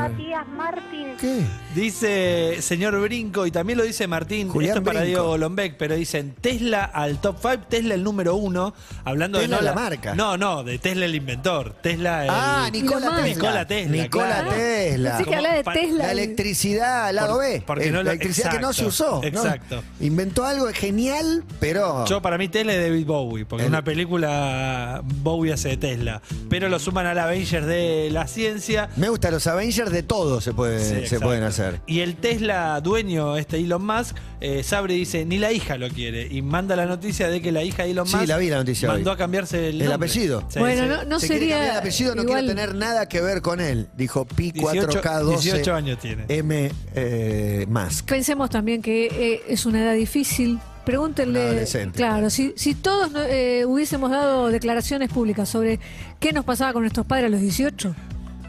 [SPEAKER 9] Martín.
[SPEAKER 2] ¿Qué?
[SPEAKER 3] Dice señor Brinco, y también lo dice Martín,
[SPEAKER 2] Julián
[SPEAKER 3] esto es para
[SPEAKER 2] Brinco.
[SPEAKER 3] Diego Lombek, pero dicen Tesla al top 5, Tesla el número uno, hablando
[SPEAKER 2] Tesla
[SPEAKER 3] de no
[SPEAKER 2] la marca.
[SPEAKER 3] No, no, de Tesla el inventor, Tesla el...
[SPEAKER 2] Ah, Nicola
[SPEAKER 4] Lo
[SPEAKER 2] Tesla.
[SPEAKER 4] más.
[SPEAKER 3] Nikola Tesla,
[SPEAKER 2] Nikola
[SPEAKER 3] claro.
[SPEAKER 2] Tesla.
[SPEAKER 4] Pensé que
[SPEAKER 3] Como
[SPEAKER 4] hablaba de
[SPEAKER 3] pa-
[SPEAKER 4] Tesla.
[SPEAKER 2] La electricidad al lado
[SPEAKER 3] Por-
[SPEAKER 2] B.
[SPEAKER 3] porque no lo-
[SPEAKER 2] la electricidad que no se
[SPEAKER 3] exacto,
[SPEAKER 2] usó. ¿no?
[SPEAKER 3] exacto.
[SPEAKER 2] Inventó algo genial, pero.
[SPEAKER 3] Yo para mí Tesla es David Bowie, porque en una película Bowie hace de Tesla, pero lo suman al Avengers de la ciencia.
[SPEAKER 2] Me gusta, los Avengers de todo se, puede-
[SPEAKER 3] Sí,
[SPEAKER 2] se
[SPEAKER 3] exacto.
[SPEAKER 2] pueden hacer.
[SPEAKER 3] Y el Tesla dueño, este Elon Musk, eh, Sabre dice, ni la hija lo quiere. Y manda la noticia de que la hija de Elon
[SPEAKER 2] Sí,
[SPEAKER 3] Musk
[SPEAKER 2] la vi la noticia
[SPEAKER 3] mandó
[SPEAKER 2] hoy.
[SPEAKER 3] a cambiarse el,
[SPEAKER 2] El
[SPEAKER 3] nombre.
[SPEAKER 2] apellido.
[SPEAKER 3] Sí,
[SPEAKER 4] Bueno,
[SPEAKER 3] sí.
[SPEAKER 4] no, no
[SPEAKER 2] Se quiere
[SPEAKER 4] sería.
[SPEAKER 2] cambiar el apellido, no
[SPEAKER 4] igual,
[SPEAKER 2] quiero tener nada que ver con él. Dijo Pi 4K12
[SPEAKER 3] 18 años tiene.
[SPEAKER 2] M eh, Musk.
[SPEAKER 4] Pensemos también que eh, es una edad difícil.
[SPEAKER 2] Un
[SPEAKER 4] Pregúntenle.
[SPEAKER 2] adolescente.
[SPEAKER 4] Claro, si, si todos no- eh, hubiésemos dado declaraciones públicas sobre qué nos pasaba con nuestros padres a los 18,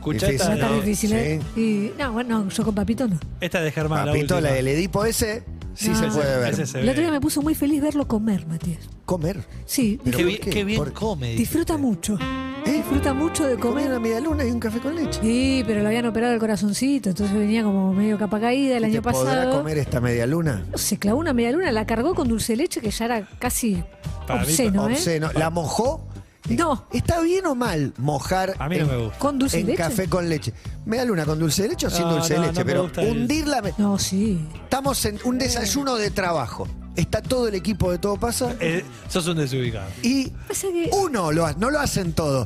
[SPEAKER 3] Escuchá
[SPEAKER 2] Difícil,
[SPEAKER 3] esta,
[SPEAKER 4] no es tan
[SPEAKER 2] no,
[SPEAKER 4] difícil, ¿eh? Y, no, bueno, yo con papito no.
[SPEAKER 3] esta de Germán. la
[SPEAKER 2] Papito,
[SPEAKER 3] última.
[SPEAKER 2] Ah, la- el Edipo ese sí
[SPEAKER 4] No.
[SPEAKER 2] se puede ver.
[SPEAKER 3] Ese se
[SPEAKER 4] El
[SPEAKER 3] ve.
[SPEAKER 4] otro día me puso muy feliz verlo comer, Matías.
[SPEAKER 2] Comer.
[SPEAKER 4] Sí,
[SPEAKER 2] Pero
[SPEAKER 3] Qué
[SPEAKER 2] ¿por
[SPEAKER 3] bien,
[SPEAKER 2] qué?
[SPEAKER 3] qué bien
[SPEAKER 2] ¿Por qué?
[SPEAKER 3] come.
[SPEAKER 4] disfruta mucho. Disfruta mucho de
[SPEAKER 2] Comí
[SPEAKER 4] comer.
[SPEAKER 2] una medialuna y un café con leche.
[SPEAKER 4] Sí, pero le habían operado el corazoncito, entonces venía como medio capa caída el
[SPEAKER 2] ¿Y
[SPEAKER 4] año
[SPEAKER 2] te ¿Podrá
[SPEAKER 4] pasado.
[SPEAKER 2] comer esta medialuna?
[SPEAKER 4] Se clavó una media luna, la cargó con dulce de leche que ya era casi
[SPEAKER 3] Para mí,
[SPEAKER 4] obsceno, ¿eh?
[SPEAKER 2] Obsceno. ¿La mojó? Eh,
[SPEAKER 4] No.
[SPEAKER 2] ¿Está bien o mal mojar
[SPEAKER 3] A mí no
[SPEAKER 2] en,
[SPEAKER 3] me gusta.
[SPEAKER 4] ¿Con dulce
[SPEAKER 2] en
[SPEAKER 4] de leche?
[SPEAKER 2] café con leche? Medialuna con dulce de leche o sin
[SPEAKER 3] No,
[SPEAKER 2] dulce
[SPEAKER 3] no,
[SPEAKER 2] de
[SPEAKER 3] no
[SPEAKER 2] leche,
[SPEAKER 3] me
[SPEAKER 2] pero
[SPEAKER 3] gusta el-
[SPEAKER 2] hundirla. me-
[SPEAKER 4] No, sí.
[SPEAKER 2] Estamos en un desayuno de trabajo. Está todo el equipo de Todo Pasa
[SPEAKER 3] Eh, sos un desubicado.
[SPEAKER 2] y
[SPEAKER 4] Pasa que
[SPEAKER 2] uno lo ha- no lo hacen todo.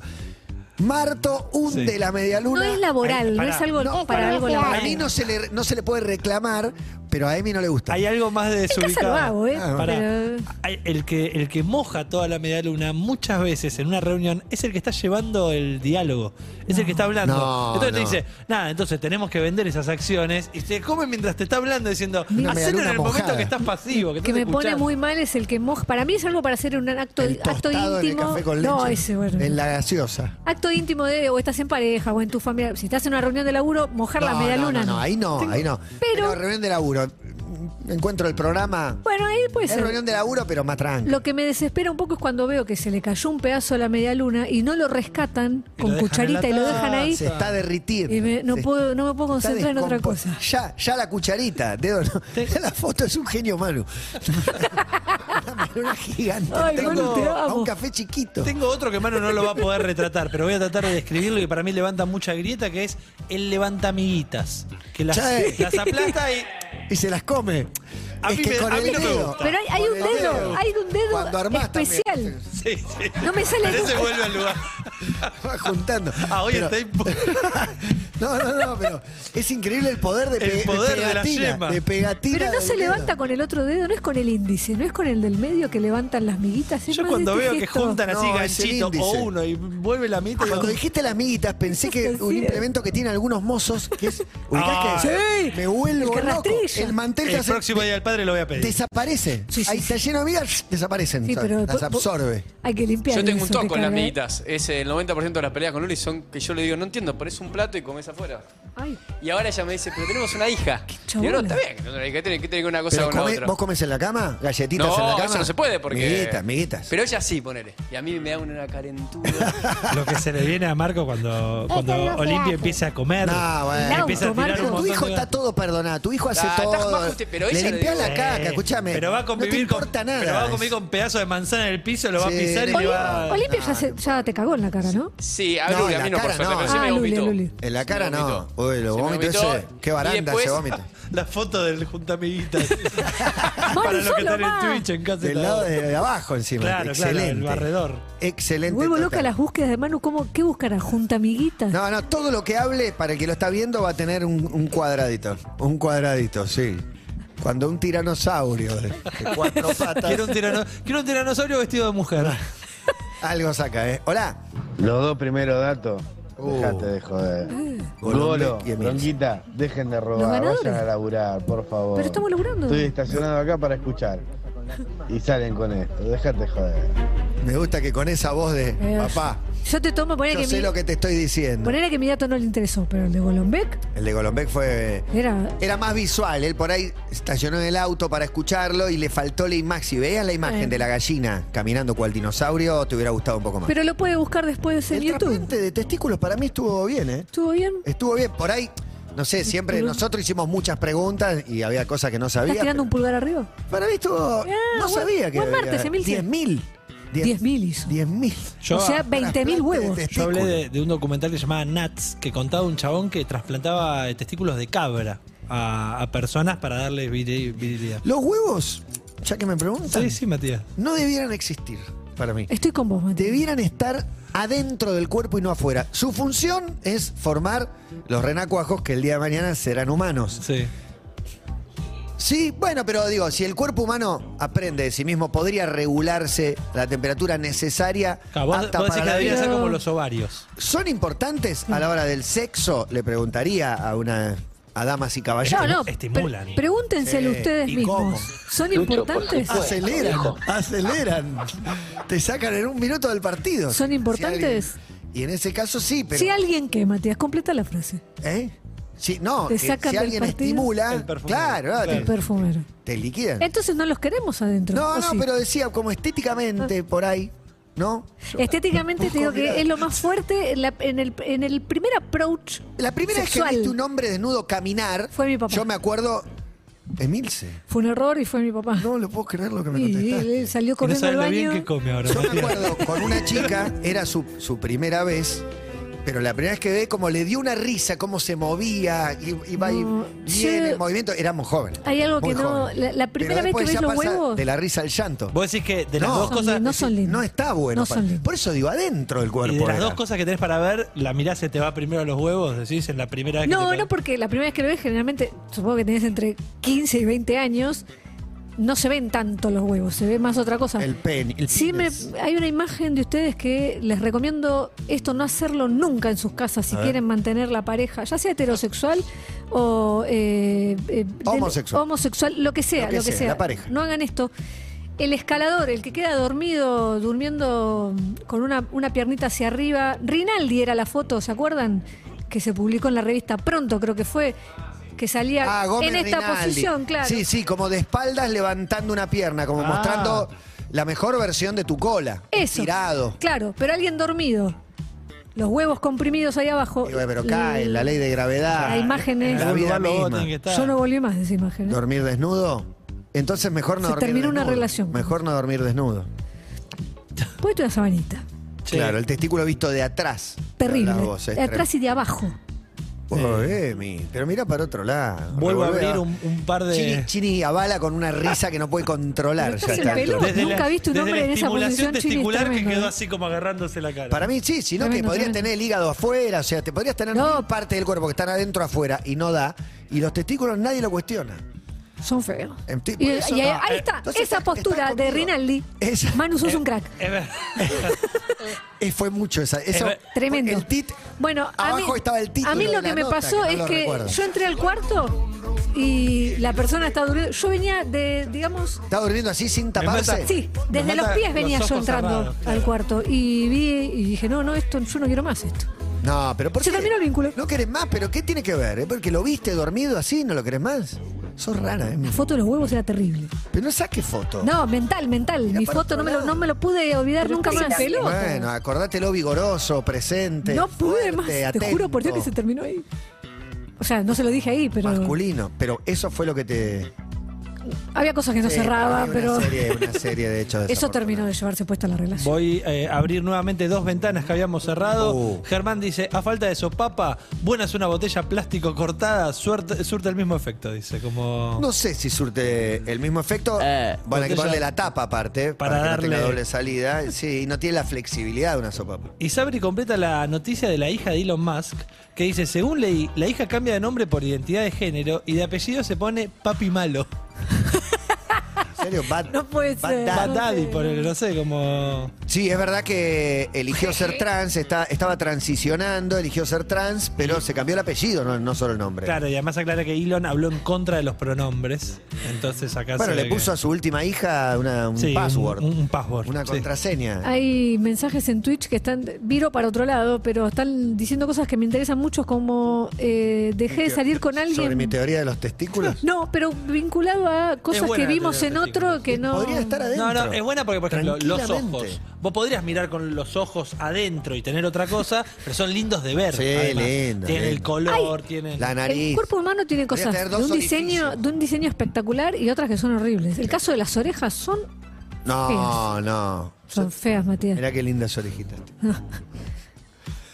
[SPEAKER 2] Marto hunde
[SPEAKER 3] Sí.
[SPEAKER 2] la medialuna.
[SPEAKER 4] no es laboral,
[SPEAKER 3] Ahí,
[SPEAKER 4] no
[SPEAKER 3] pará.
[SPEAKER 4] es algo
[SPEAKER 2] No,
[SPEAKER 4] para
[SPEAKER 2] para-
[SPEAKER 4] algo
[SPEAKER 2] A
[SPEAKER 4] laboral.
[SPEAKER 2] mí no se, le, no se le puede reclamar, pero a Emi no le gusta.
[SPEAKER 3] Hay algo más de
[SPEAKER 4] En casa lo
[SPEAKER 3] desubicado.
[SPEAKER 4] hago, ¿eh?
[SPEAKER 2] Ah,
[SPEAKER 3] Pará.
[SPEAKER 4] Pero-
[SPEAKER 3] Hay- el, que, el que moja toda la media luna muchas veces en una reunión es el que está llevando el diálogo. Es el que está hablando.
[SPEAKER 2] No,
[SPEAKER 3] entonces te
[SPEAKER 2] no.
[SPEAKER 3] dice, nada, entonces tenemos que vender esas acciones. Y se come mientras te está hablando diciendo, hacelo
[SPEAKER 2] Una
[SPEAKER 3] en
[SPEAKER 2] medialuna
[SPEAKER 3] el
[SPEAKER 2] mojada".
[SPEAKER 3] momento que estás pasivo. Que,
[SPEAKER 4] que
[SPEAKER 3] estás
[SPEAKER 4] me pone
[SPEAKER 3] escuchando".
[SPEAKER 4] muy mal es el que moja. Para mí es algo para hacer un acto,
[SPEAKER 2] El
[SPEAKER 4] acto
[SPEAKER 2] tostado en el
[SPEAKER 4] íntimo.
[SPEAKER 2] café con leche.
[SPEAKER 4] no, ese, bueno.
[SPEAKER 2] En la gaseosa.
[SPEAKER 4] Acto íntimo de o estás en pareja o en tu familia. Si estás en una reunión de laburo, mojar la media
[SPEAKER 2] no,
[SPEAKER 4] luna.
[SPEAKER 2] no, ahí no, ahí no.
[SPEAKER 4] Pero-
[SPEAKER 2] reunión de laburo. Encuentro el programa.
[SPEAKER 4] Bueno, ahí puede
[SPEAKER 2] Es
[SPEAKER 4] ser.
[SPEAKER 2] reunión de laburo, pero más tranqui.
[SPEAKER 4] Lo que me desespera un poco es cuando veo que se le cayó un pedazo a la media luna y no lo rescatan
[SPEAKER 3] Y
[SPEAKER 4] con
[SPEAKER 3] lo dejan en la
[SPEAKER 4] cucharita y lo
[SPEAKER 3] taza.
[SPEAKER 4] dejan ahí.
[SPEAKER 2] Se está derritiendo.
[SPEAKER 4] Y me- no,
[SPEAKER 2] Se
[SPEAKER 4] puedo, no me puedo
[SPEAKER 2] está
[SPEAKER 4] concentrar en otra
[SPEAKER 2] descompo-
[SPEAKER 4] cosa.
[SPEAKER 2] Ya, ya la cucharita, dedo. no. Ya la foto es un genio, Manu. Una melona gigante.
[SPEAKER 4] Ay,
[SPEAKER 2] Tengo
[SPEAKER 4] Manu, te
[SPEAKER 2] a
[SPEAKER 4] amo.
[SPEAKER 2] un café chiquito.
[SPEAKER 3] Tengo otro que Mano no lo va a poder retratar, pero voy a tratar de describirlo y para mí levanta mucha grieta, que es el levanta amiguitas. Que las,
[SPEAKER 2] Sí.
[SPEAKER 3] las aplasta y
[SPEAKER 2] eh. Y se las come.
[SPEAKER 3] A
[SPEAKER 2] es
[SPEAKER 3] mí
[SPEAKER 2] que
[SPEAKER 3] me-
[SPEAKER 2] con
[SPEAKER 3] a
[SPEAKER 2] el
[SPEAKER 3] mí no me
[SPEAKER 2] dedo.
[SPEAKER 3] gusta.
[SPEAKER 4] Pero hay, hay
[SPEAKER 2] con
[SPEAKER 4] un
[SPEAKER 2] el
[SPEAKER 4] dedo, hay un
[SPEAKER 2] Cuando
[SPEAKER 4] dedo
[SPEAKER 2] armás
[SPEAKER 4] especial.
[SPEAKER 2] también,
[SPEAKER 3] Sí, sí.
[SPEAKER 4] No me sale
[SPEAKER 3] Pero se
[SPEAKER 4] nunca.
[SPEAKER 3] vuelve al lugar.
[SPEAKER 2] va juntando.
[SPEAKER 3] Ah, hoy está impo-
[SPEAKER 2] No, no, no, pero es increíble el poder de,
[SPEAKER 3] El
[SPEAKER 2] pe-
[SPEAKER 3] poder de la
[SPEAKER 2] pegatina.
[SPEAKER 3] yema.
[SPEAKER 2] de pegatina
[SPEAKER 4] Pero no
[SPEAKER 2] del
[SPEAKER 4] se
[SPEAKER 2] dedo.
[SPEAKER 4] levanta con el otro dedo, no es con el índice, no es con el del medio que levantan las miguitas. es
[SPEAKER 3] Yo
[SPEAKER 4] más
[SPEAKER 3] cuando
[SPEAKER 4] de este
[SPEAKER 3] veo que
[SPEAKER 4] gesto.
[SPEAKER 3] juntan así
[SPEAKER 2] No, es el
[SPEAKER 3] ganchito oh, o
[SPEAKER 2] índice.
[SPEAKER 3] uno y vuelve la mitad.
[SPEAKER 2] Cuando dijiste las miguitas, pensé que un
[SPEAKER 4] Sí. eh.
[SPEAKER 2] implemento que tienen algunos mozos, que es.
[SPEAKER 3] Ah,
[SPEAKER 2] ubicás que
[SPEAKER 4] sí.
[SPEAKER 2] me
[SPEAKER 4] El
[SPEAKER 2] vuelvo
[SPEAKER 4] que
[SPEAKER 2] loco.
[SPEAKER 4] rastrilla.
[SPEAKER 2] El mantel se
[SPEAKER 3] el
[SPEAKER 2] hace-
[SPEAKER 3] próximo día del padre lo voy a pedir.
[SPEAKER 2] desaparece.
[SPEAKER 4] Sí, sí,
[SPEAKER 2] Ahí
[SPEAKER 4] sí.
[SPEAKER 2] está lleno de migas, desaparecen.
[SPEAKER 4] Sí,
[SPEAKER 2] ¿sabes?
[SPEAKER 4] pero
[SPEAKER 2] las
[SPEAKER 4] vos-
[SPEAKER 2] absorbe.
[SPEAKER 4] Hay que limpiar.
[SPEAKER 18] Yo tengo un
[SPEAKER 4] eso
[SPEAKER 18] toque
[SPEAKER 4] que
[SPEAKER 18] con las
[SPEAKER 4] carga, ¿eh?
[SPEAKER 18] amiguitas. Es el 90% de las peleas con Luli son que yo le digo, no entiendo, pones un plato y comes meses afuera.
[SPEAKER 4] Ay.
[SPEAKER 18] Y ahora ella me dice, pero tenemos una hija. Y yo, no, está bien, que tenemos una hija, que tiene que tener una cosa
[SPEAKER 2] Pero
[SPEAKER 18] con la
[SPEAKER 2] come-
[SPEAKER 18] otra.
[SPEAKER 2] ¿Vos comes en la cama? ¿Galletitas en la
[SPEAKER 18] No,
[SPEAKER 2] cama?
[SPEAKER 18] eso no se puede porque.
[SPEAKER 2] Miguitas, miguitas.
[SPEAKER 18] Pero ella sí, ponele. Y a mí me da una calentura.
[SPEAKER 3] Lo que se le viene a Marco cuando, cuando
[SPEAKER 18] no se
[SPEAKER 3] Olimpia
[SPEAKER 18] hace.
[SPEAKER 3] empieza a comer.
[SPEAKER 2] No, bueno.
[SPEAKER 3] Empieza a tirar un
[SPEAKER 2] tu
[SPEAKER 3] montón
[SPEAKER 2] hijo
[SPEAKER 3] de-
[SPEAKER 2] está todo perdonado. Tu hijo hace
[SPEAKER 18] Ah, estás más
[SPEAKER 2] todo.
[SPEAKER 18] justi- pero
[SPEAKER 2] le
[SPEAKER 18] ella le
[SPEAKER 2] limpiás
[SPEAKER 18] dio-
[SPEAKER 2] la caca,
[SPEAKER 3] Sí.
[SPEAKER 2] escuchame.
[SPEAKER 3] Pero va a convivir
[SPEAKER 2] no te importa
[SPEAKER 3] con,
[SPEAKER 2] nada.
[SPEAKER 3] Pero va a convivir con pedazos de manzana en el piso, lo va a
[SPEAKER 2] Sí,
[SPEAKER 3] pisar y
[SPEAKER 2] no
[SPEAKER 3] le va.
[SPEAKER 4] Olimpia ya, se- ya te cagó en la cara, ¿no?
[SPEAKER 18] Sí, a
[SPEAKER 2] No,
[SPEAKER 18] Luli,
[SPEAKER 2] en
[SPEAKER 18] a
[SPEAKER 2] la
[SPEAKER 18] mí no, por
[SPEAKER 2] cara
[SPEAKER 18] suerte,
[SPEAKER 2] no.
[SPEAKER 18] pero sí me
[SPEAKER 4] Ah, Luli,
[SPEAKER 18] vomitó.
[SPEAKER 4] Luli.
[SPEAKER 2] En la cara no. Uy,
[SPEAKER 18] vomitó.
[SPEAKER 2] lo
[SPEAKER 18] Se me
[SPEAKER 2] vómito
[SPEAKER 18] vomitó
[SPEAKER 2] ese. Qué
[SPEAKER 18] y
[SPEAKER 2] baranda
[SPEAKER 18] después-
[SPEAKER 2] ese vómito.
[SPEAKER 3] La foto del juntamiguitas. Para los que
[SPEAKER 4] solo
[SPEAKER 3] están en
[SPEAKER 4] va.
[SPEAKER 3] Twitch en casa.
[SPEAKER 2] Del lado de, de abajo encima.
[SPEAKER 3] Claro, claro,
[SPEAKER 2] Excelente.
[SPEAKER 3] el barredor.
[SPEAKER 2] Excelente.
[SPEAKER 4] Vuelvo
[SPEAKER 2] total.
[SPEAKER 4] loca las búsquedas de Manu, ¿cómo, ¿qué buscará? ¿Junta amiguitas?
[SPEAKER 2] No, no, todo lo que hable, para el que lo está viendo, va a tener un, un cuadradito. Un cuadradito, sí. Cuando un tiranosaurio eh, de de cuatro patas.
[SPEAKER 3] Quiero un, tirano- quiero un tiranosaurio vestido de mujer.
[SPEAKER 2] Algo saca, ¿eh? Hola.
[SPEAKER 5] Los dos primeros datos.
[SPEAKER 2] Uh.
[SPEAKER 5] Dejate de joder. Golo,
[SPEAKER 2] Golombek y Emilce.
[SPEAKER 5] Ronquita, dejen de
[SPEAKER 4] Ah. Los
[SPEAKER 5] robar,
[SPEAKER 4] ganadores.
[SPEAKER 5] vayan a laburar, por favor.
[SPEAKER 4] Pero estamos laburando.
[SPEAKER 5] Estoy estacionado acá para escuchar. Y salen con esto, dejate de joder.
[SPEAKER 2] Me gusta que con esa voz de
[SPEAKER 4] Eh,
[SPEAKER 2] papá,
[SPEAKER 4] Yo te tomo, poner
[SPEAKER 2] yo
[SPEAKER 4] que,
[SPEAKER 2] sé
[SPEAKER 4] mi,
[SPEAKER 2] lo que te estoy diciendo.
[SPEAKER 4] ponele que mi dato no le interesó, pero el de Golombek
[SPEAKER 2] El de Golombek fue. eh,
[SPEAKER 4] era.
[SPEAKER 2] Era más visual, él por ahí estacionó en el auto para escucharlo y le faltó la imagen. Si veías la imagen
[SPEAKER 4] Eh.
[SPEAKER 2] de la gallina caminando cual dinosaurio, te hubiera gustado un poco más.
[SPEAKER 4] Pero lo puede buscar después en
[SPEAKER 2] el
[SPEAKER 4] YouTube.
[SPEAKER 2] trasplante de testículos para mí estuvo bien, ¿eh?
[SPEAKER 4] ¿Estuvo bien?
[SPEAKER 2] Estuvo bien, por ahí, no sé, siempre nosotros hicimos muchas preguntas y había cosas que no sabía.
[SPEAKER 4] ¿Estás tirando un pulgar arriba?
[SPEAKER 2] pero Para mí estuvo,
[SPEAKER 4] Ah,
[SPEAKER 2] no
[SPEAKER 4] buen-
[SPEAKER 2] sabía que
[SPEAKER 4] buen
[SPEAKER 2] había-
[SPEAKER 4] martes, Emilce.
[SPEAKER 2] 10.000.
[SPEAKER 4] 10.000 hizo.
[SPEAKER 2] 10.000.
[SPEAKER 3] Yo-
[SPEAKER 4] o sea, 20.000 huevos.
[SPEAKER 3] Yo hablé de, de un documental que se llamaba Nuts, que contaba un chabón que trasplantaba eh, testículos de cabra a, a personas para darle viri- virilidad.
[SPEAKER 2] Los huevos, ya que me preguntan,
[SPEAKER 3] Sí, sí, Matías.
[SPEAKER 2] no debieran existir para mí.
[SPEAKER 4] Estoy con vos, Mati.
[SPEAKER 2] Debieran estar adentro del cuerpo y no afuera. Su función es formar los renacuajos que el día de mañana serán humanos.
[SPEAKER 3] Sí.
[SPEAKER 2] Sí, bueno, pero digo, si el cuerpo humano aprende de sí mismo, podría regularse la temperatura necesaria
[SPEAKER 3] Ah, vos,
[SPEAKER 2] apta
[SPEAKER 3] vos decís
[SPEAKER 2] para
[SPEAKER 3] que
[SPEAKER 2] la
[SPEAKER 3] debería
[SPEAKER 2] vida.
[SPEAKER 3] ser como los ovarios.
[SPEAKER 2] ¿Son importantes a la hora del sexo? Le preguntaría a una a damas y
[SPEAKER 4] No,
[SPEAKER 2] caballeros.
[SPEAKER 4] no.
[SPEAKER 3] Estimulan.
[SPEAKER 4] pre- pregúntenselo
[SPEAKER 2] Sí,
[SPEAKER 4] ustedes
[SPEAKER 2] ¿y
[SPEAKER 4] mismos.
[SPEAKER 2] cómo?
[SPEAKER 4] ¿Son importantes?
[SPEAKER 2] Aceleran, aceleran. Te sacan en un minuto del partido.
[SPEAKER 4] ¿Son
[SPEAKER 2] Si
[SPEAKER 4] importantes?
[SPEAKER 2] alguien- y en ese caso sí, pero.
[SPEAKER 4] Si alguien que, Matías, completa la frase.
[SPEAKER 2] ¿eh? Sí, no,
[SPEAKER 4] Te
[SPEAKER 2] que
[SPEAKER 4] sacan
[SPEAKER 2] si
[SPEAKER 4] del
[SPEAKER 2] alguien
[SPEAKER 4] partido.
[SPEAKER 2] estimula,
[SPEAKER 3] El
[SPEAKER 2] claro,
[SPEAKER 3] perfumero,
[SPEAKER 2] ah,
[SPEAKER 4] El
[SPEAKER 3] claro.
[SPEAKER 2] Te,
[SPEAKER 4] perfumero.
[SPEAKER 2] te liquidan.
[SPEAKER 4] Entonces no los queremos adentro.
[SPEAKER 2] No,
[SPEAKER 4] ¿o
[SPEAKER 2] no,
[SPEAKER 4] sí?
[SPEAKER 2] pero decía, como
[SPEAKER 4] Ah.
[SPEAKER 2] estéticamente, por ahí, ¿no?
[SPEAKER 4] Estéticamente te digo que es lo más fuerte en, la- en el, en el primer approach.
[SPEAKER 2] La primera vez
[SPEAKER 4] Sexual.
[SPEAKER 2] que viste un hombre desnudo caminar,
[SPEAKER 4] Fue mi papá.
[SPEAKER 2] yo me acuerdo. Emilce.
[SPEAKER 4] Fue un error y fue mi papá.
[SPEAKER 2] No lo puedo creer lo que me
[SPEAKER 4] Y
[SPEAKER 2] contestaste.
[SPEAKER 4] él, él salió
[SPEAKER 3] Y no
[SPEAKER 4] corriendo
[SPEAKER 3] saben
[SPEAKER 4] al
[SPEAKER 3] lo bien
[SPEAKER 4] baño.
[SPEAKER 3] que come ahora,
[SPEAKER 2] Yo me
[SPEAKER 3] Matías.
[SPEAKER 2] acuerdo con una chica, era su, su primera vez, pero la primera vez que ve, como le dio una risa, cómo se movía, i- iba y
[SPEAKER 4] No,
[SPEAKER 2] viene
[SPEAKER 4] yo-
[SPEAKER 2] el movimiento. Éramos jóvenes.
[SPEAKER 4] Hay algo
[SPEAKER 2] muy
[SPEAKER 4] que no-
[SPEAKER 2] jóvenes.
[SPEAKER 4] la- la primera
[SPEAKER 2] Pero
[SPEAKER 4] vez que
[SPEAKER 2] después
[SPEAKER 4] ves
[SPEAKER 2] ya
[SPEAKER 4] los
[SPEAKER 2] pasa
[SPEAKER 4] huevos-
[SPEAKER 2] De la risa al llanto.
[SPEAKER 3] Vos decís que de las
[SPEAKER 2] No,
[SPEAKER 3] dos
[SPEAKER 4] son
[SPEAKER 3] cosas.
[SPEAKER 4] lindos, son lindos.
[SPEAKER 2] No está bueno.
[SPEAKER 4] No son
[SPEAKER 2] para-
[SPEAKER 4] lindos.
[SPEAKER 2] Por eso digo, adentro del cuerpo.
[SPEAKER 3] Y de las
[SPEAKER 2] era.
[SPEAKER 3] dos cosas que tenés para ver, la mirá se te va primero a los huevos, decís, en la primera vez
[SPEAKER 4] No,
[SPEAKER 3] que te-
[SPEAKER 4] no, porque la primera vez que lo ves, generalmente, supongo que tenés entre 15 y 20 años, no se ven tanto los huevos, se ve más otra cosa.
[SPEAKER 2] El pen. El
[SPEAKER 4] Sí, me,
[SPEAKER 2] penis.
[SPEAKER 4] hay una imagen de ustedes que les recomiendo esto no hacerlo nunca en sus casas si
[SPEAKER 2] A ver.
[SPEAKER 4] quieren mantener la pareja, ya sea heterosexual o eh, eh, del-
[SPEAKER 2] Homosexual.
[SPEAKER 4] homosexual, lo que sea,
[SPEAKER 2] Lo que
[SPEAKER 4] lo que
[SPEAKER 2] sea,
[SPEAKER 4] sea,
[SPEAKER 2] la pareja.
[SPEAKER 4] No hagan esto. El escalador, el que queda dormido, durmiendo mm, con una, una piernita hacia arriba. Rinaldi era la foto, ¿se acuerdan? Que se publicó en la revista Pronto, creo que fue, que salía
[SPEAKER 2] Ah, Gómez
[SPEAKER 4] en esta
[SPEAKER 2] Rinaldi.
[SPEAKER 4] posición, claro.
[SPEAKER 2] Sí, sí, como de espaldas levantando una pierna, como
[SPEAKER 3] Ah.
[SPEAKER 2] mostrando la mejor versión de tu cola.
[SPEAKER 4] Eso.
[SPEAKER 2] Tirado.
[SPEAKER 4] Claro, pero alguien dormido. Los huevos comprimidos ahí abajo.
[SPEAKER 2] Y bueno, pero cae
[SPEAKER 4] L-
[SPEAKER 2] la ley de gravedad.
[SPEAKER 4] La imagen
[SPEAKER 2] en
[SPEAKER 4] es-
[SPEAKER 2] La
[SPEAKER 3] En
[SPEAKER 2] vida
[SPEAKER 3] algún lugar los dos
[SPEAKER 2] misma.
[SPEAKER 3] tienen que estar.
[SPEAKER 4] Yo no volví más de esa imagen. ¿eh?
[SPEAKER 2] ¿Dormir desnudo? Entonces mejor no
[SPEAKER 4] Se
[SPEAKER 2] dormir
[SPEAKER 4] terminó una
[SPEAKER 2] desnudo.
[SPEAKER 4] relación.
[SPEAKER 2] Mejor no dormir desnudo.
[SPEAKER 4] Ponete una sabanita.
[SPEAKER 3] Che,
[SPEAKER 2] Claro, el testículo visto de atrás.
[SPEAKER 4] Terrible.
[SPEAKER 2] Hablabas vos, es
[SPEAKER 4] de atrás y de abajo.
[SPEAKER 2] tremendo. Oh, Emi, pero mira para otro lado.
[SPEAKER 3] Vuelvo a
[SPEAKER 2] Revolvé
[SPEAKER 3] abrir un, un par de.
[SPEAKER 2] Chini, Chini avala con una risa que no puede controlar.
[SPEAKER 4] Pero
[SPEAKER 2] ya
[SPEAKER 4] estás
[SPEAKER 2] a esta
[SPEAKER 4] en
[SPEAKER 2] altura.
[SPEAKER 4] pelota. Nunca viste un
[SPEAKER 3] desde
[SPEAKER 4] hombre
[SPEAKER 3] la
[SPEAKER 4] en esa
[SPEAKER 3] estimulación
[SPEAKER 4] posición, Chini, es
[SPEAKER 3] testicular
[SPEAKER 4] tremendo,
[SPEAKER 3] que quedó
[SPEAKER 4] ¿eh?
[SPEAKER 3] así como agarrándose la cara.
[SPEAKER 2] Para mí sí, sino que
[SPEAKER 4] Tremendo,
[SPEAKER 2] podrías
[SPEAKER 4] tremendo.
[SPEAKER 2] tener el hígado afuera, o sea, te podrías tener
[SPEAKER 4] No.
[SPEAKER 2] mil partes del cuerpo que están adentro afuera y no da, y los testículos nadie lo cuestiona.
[SPEAKER 4] Son feos.
[SPEAKER 2] Em, ti-
[SPEAKER 4] Y,
[SPEAKER 2] por eso
[SPEAKER 4] y ahí,
[SPEAKER 2] no.
[SPEAKER 4] ahí
[SPEAKER 2] Eh,
[SPEAKER 4] está,
[SPEAKER 2] entonces
[SPEAKER 4] esa
[SPEAKER 2] estás-
[SPEAKER 4] postura
[SPEAKER 2] estás
[SPEAKER 4] de
[SPEAKER 2] conmigo.
[SPEAKER 4] Rinaldi.
[SPEAKER 2] Esa-
[SPEAKER 4] Manu, sos un crack.
[SPEAKER 3] Es verdad.
[SPEAKER 2] Eh, fue mucho esa. eso-
[SPEAKER 3] ver-
[SPEAKER 4] Tremendo.
[SPEAKER 2] El tit,
[SPEAKER 4] Bueno, a mí,
[SPEAKER 2] abajo estaba el título
[SPEAKER 4] a mí
[SPEAKER 2] de
[SPEAKER 4] lo que
[SPEAKER 2] la
[SPEAKER 4] me
[SPEAKER 2] nota,
[SPEAKER 4] pasó
[SPEAKER 2] que no
[SPEAKER 4] es
[SPEAKER 2] lo
[SPEAKER 4] que
[SPEAKER 2] recuerdo.
[SPEAKER 4] yo entré al cuarto y la persona estaba durmiendo. Yo venía de, digamos,
[SPEAKER 2] ¿Está durmiendo así sin taparse?
[SPEAKER 3] mata-
[SPEAKER 4] Sí, desde
[SPEAKER 3] mata
[SPEAKER 4] los pies
[SPEAKER 3] los
[SPEAKER 4] venía yo
[SPEAKER 3] ojos
[SPEAKER 4] entrando
[SPEAKER 3] cerrados, claro.
[SPEAKER 4] al cuarto y vi y dije, no, no, esto yo no quiero más esto.
[SPEAKER 2] No, pero ¿por qué? Se terminó el vínculo. No querés más, pero ¿qué tiene que ver? ¿Es porque lo viste dormido así? ¿No lo querés más? Sos rara, ¿eh?
[SPEAKER 4] La foto de los huevos era terrible.
[SPEAKER 2] Pero no saques foto.
[SPEAKER 4] No, mental, mental. Mi
[SPEAKER 2] para
[SPEAKER 4] foto no me, lo, no me lo pude olvidar nunca más.
[SPEAKER 2] Bueno, acordátelo vigoroso, presente.
[SPEAKER 4] no pude más.
[SPEAKER 2] fuerte,
[SPEAKER 4] Te juro por Dios que
[SPEAKER 2] atento.
[SPEAKER 4] se terminó ahí. O sea, no se lo dije ahí, pero
[SPEAKER 2] Masculino. Pero eso fue lo que te.
[SPEAKER 4] había cosas que no
[SPEAKER 2] Sí,
[SPEAKER 4] cerraba,
[SPEAKER 2] hay
[SPEAKER 4] pero
[SPEAKER 2] Una serie, una serie de hechos
[SPEAKER 4] eso terminó de llevarse puesta la relación.
[SPEAKER 3] Voy eh, a abrir nuevamente dos ventanas que habíamos cerrado.
[SPEAKER 2] Uh.
[SPEAKER 3] Germán dice, a falta de sopapa, buena es una botella plástico cortada, suerte, surte el mismo efecto, dice, como...
[SPEAKER 2] No sé si surte el mismo efecto. Van a que
[SPEAKER 3] botella-
[SPEAKER 2] ponerle la tapa aparte, para,
[SPEAKER 3] Para
[SPEAKER 2] que no tenga
[SPEAKER 3] darle-
[SPEAKER 2] doble salida. Sí, y no tiene la flexibilidad de una sopa.
[SPEAKER 3] Y Sabri completa la noticia de la hija de Elon Musk, que dice, según leí, la hija cambia de nombre por identidad de género y de apellido se pone Papi Malo.
[SPEAKER 2] ¿En serio? Bad,
[SPEAKER 4] no puede
[SPEAKER 2] Bad
[SPEAKER 4] ser.
[SPEAKER 2] Dad.
[SPEAKER 3] Bad Daddy, por el- no sé, como...
[SPEAKER 2] Sí, es verdad que eligió ser trans, está, estaba transicionando, eligió ser trans, pero se cambió el apellido, no, no solo el nombre.
[SPEAKER 3] Claro, y además aclara que Elon habló en contra de los pronombres, entonces acá
[SPEAKER 2] Bueno,
[SPEAKER 3] se
[SPEAKER 2] le
[SPEAKER 3] ve que-
[SPEAKER 2] puso a su última hija una- un
[SPEAKER 3] Sí, un-
[SPEAKER 2] password.
[SPEAKER 3] un- un password,
[SPEAKER 2] Una
[SPEAKER 3] sí.
[SPEAKER 4] Ah,
[SPEAKER 2] contraseña.
[SPEAKER 4] Hay mensajes en Twitch que están, viro para otro lado, pero están diciendo cosas que me interesan mucho, como eh, dejé de salir con
[SPEAKER 2] Sobre mi
[SPEAKER 4] alguien.
[SPEAKER 2] teoría de los testículos.
[SPEAKER 4] No, pero vinculado a cosas
[SPEAKER 3] buena
[SPEAKER 4] que
[SPEAKER 3] la
[SPEAKER 4] vimos
[SPEAKER 3] teoría
[SPEAKER 4] en
[SPEAKER 3] de los
[SPEAKER 4] otro que no.
[SPEAKER 2] Podría estar adentro.
[SPEAKER 3] No, no, es buena porque, por ejemplo, los
[SPEAKER 2] Tranquilamente.
[SPEAKER 3] ojos. Vos podrías mirar con los ojos adentro y tener otra cosa, pero son lindos de ver.
[SPEAKER 2] Sí,
[SPEAKER 3] además.
[SPEAKER 2] lindo,
[SPEAKER 3] Tienen el
[SPEAKER 2] lindo.
[SPEAKER 3] color, tienen.
[SPEAKER 2] La
[SPEAKER 4] El
[SPEAKER 2] nariz.
[SPEAKER 4] cuerpo humano tiene
[SPEAKER 2] Podría
[SPEAKER 4] cosas
[SPEAKER 2] tener
[SPEAKER 4] de
[SPEAKER 2] dos
[SPEAKER 4] un, diseño, de un diseño espectacular y otras que son horribles. El caso de las orejas son,
[SPEAKER 2] No,
[SPEAKER 4] feas.
[SPEAKER 2] no.
[SPEAKER 4] Ah, son feas, Matías.
[SPEAKER 2] Mirá qué lindas orejitas.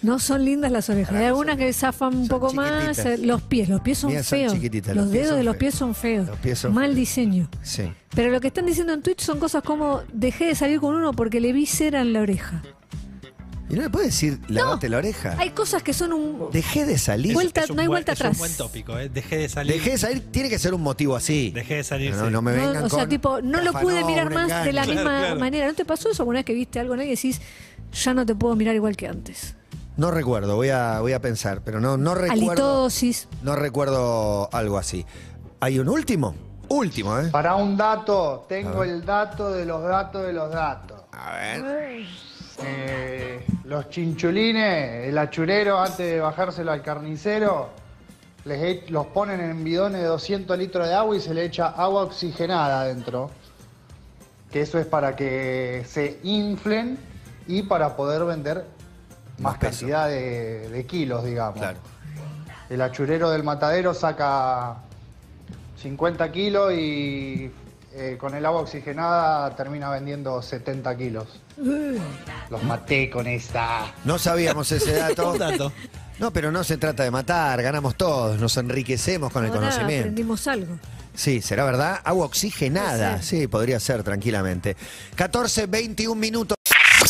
[SPEAKER 4] No son lindas las orejas. Hay algunas que zafan un poco más.
[SPEAKER 2] chiquititas.
[SPEAKER 4] eh, Los pies, los pies son
[SPEAKER 2] Mías son
[SPEAKER 4] feos.
[SPEAKER 2] chiquititas,
[SPEAKER 4] los,
[SPEAKER 2] los pies
[SPEAKER 4] dedos
[SPEAKER 2] son
[SPEAKER 4] de los
[SPEAKER 2] feos.
[SPEAKER 4] pies son feos.
[SPEAKER 2] Los pies son
[SPEAKER 4] Mal diseño.
[SPEAKER 2] Sí.
[SPEAKER 4] Pero lo que están diciendo en Twitch son cosas como dejé de salir con uno porque le vi cera en la oreja.
[SPEAKER 2] Y no le puedes decir, lavate la oreja.
[SPEAKER 4] Hay cosas que son un
[SPEAKER 2] Dejé de salir.
[SPEAKER 4] Vuelta- no hay
[SPEAKER 3] buen-
[SPEAKER 4] vuelta
[SPEAKER 3] Es
[SPEAKER 4] atrás.
[SPEAKER 3] un buen tópico, ¿eh? Dejé de salir.
[SPEAKER 2] Dejé de salir, tiene que ser un motivo así.
[SPEAKER 3] Dejé de salir.
[SPEAKER 2] No,
[SPEAKER 3] sí.
[SPEAKER 2] no me
[SPEAKER 4] No,
[SPEAKER 2] vengan
[SPEAKER 4] o sea,
[SPEAKER 2] con-
[SPEAKER 4] tipo, no lo
[SPEAKER 2] Rafa,
[SPEAKER 4] pude
[SPEAKER 2] no,
[SPEAKER 4] mirar
[SPEAKER 2] un
[SPEAKER 4] más de la
[SPEAKER 2] engaño.
[SPEAKER 4] misma
[SPEAKER 2] Claro, claro.
[SPEAKER 4] manera. ¿No te pasó eso alguna vez que viste algo en alguien y decís, ya no te puedo mirar igual que antes?
[SPEAKER 2] No recuerdo, voy a, voy a pensar, pero no, no recuerdo.
[SPEAKER 4] Halitosis.
[SPEAKER 2] No recuerdo algo así. ¿Hay un último? Último, ¿eh?
[SPEAKER 9] Para un dato, tengo
[SPEAKER 2] A ver.
[SPEAKER 9] el dato de los datos de los datos.
[SPEAKER 2] A ver.
[SPEAKER 9] Eh, los chinchulines, el achurero, antes de bajárselo al carnicero, les e- los ponen en bidones de 200 litros de agua y se le echa agua oxigenada adentro. Que eso es para que se inflen y para poder vender más, cantidad de, de kilos, digamos. El achurero del matadero saca 50 kilos y eh, con el agua oxigenada termina vendiendo 70 kilos. Los maté con esta.
[SPEAKER 2] No sabíamos ese dato.
[SPEAKER 3] Un dato.
[SPEAKER 2] No, pero no se trata de matar, ganamos todos, nos enriquecemos con el
[SPEAKER 4] Ahora
[SPEAKER 2] conocimiento.
[SPEAKER 4] aprendimos algo.
[SPEAKER 2] Sí, será verdad. Agua oxigenada. Sí, podría ser tranquilamente. 14, 21 minutos.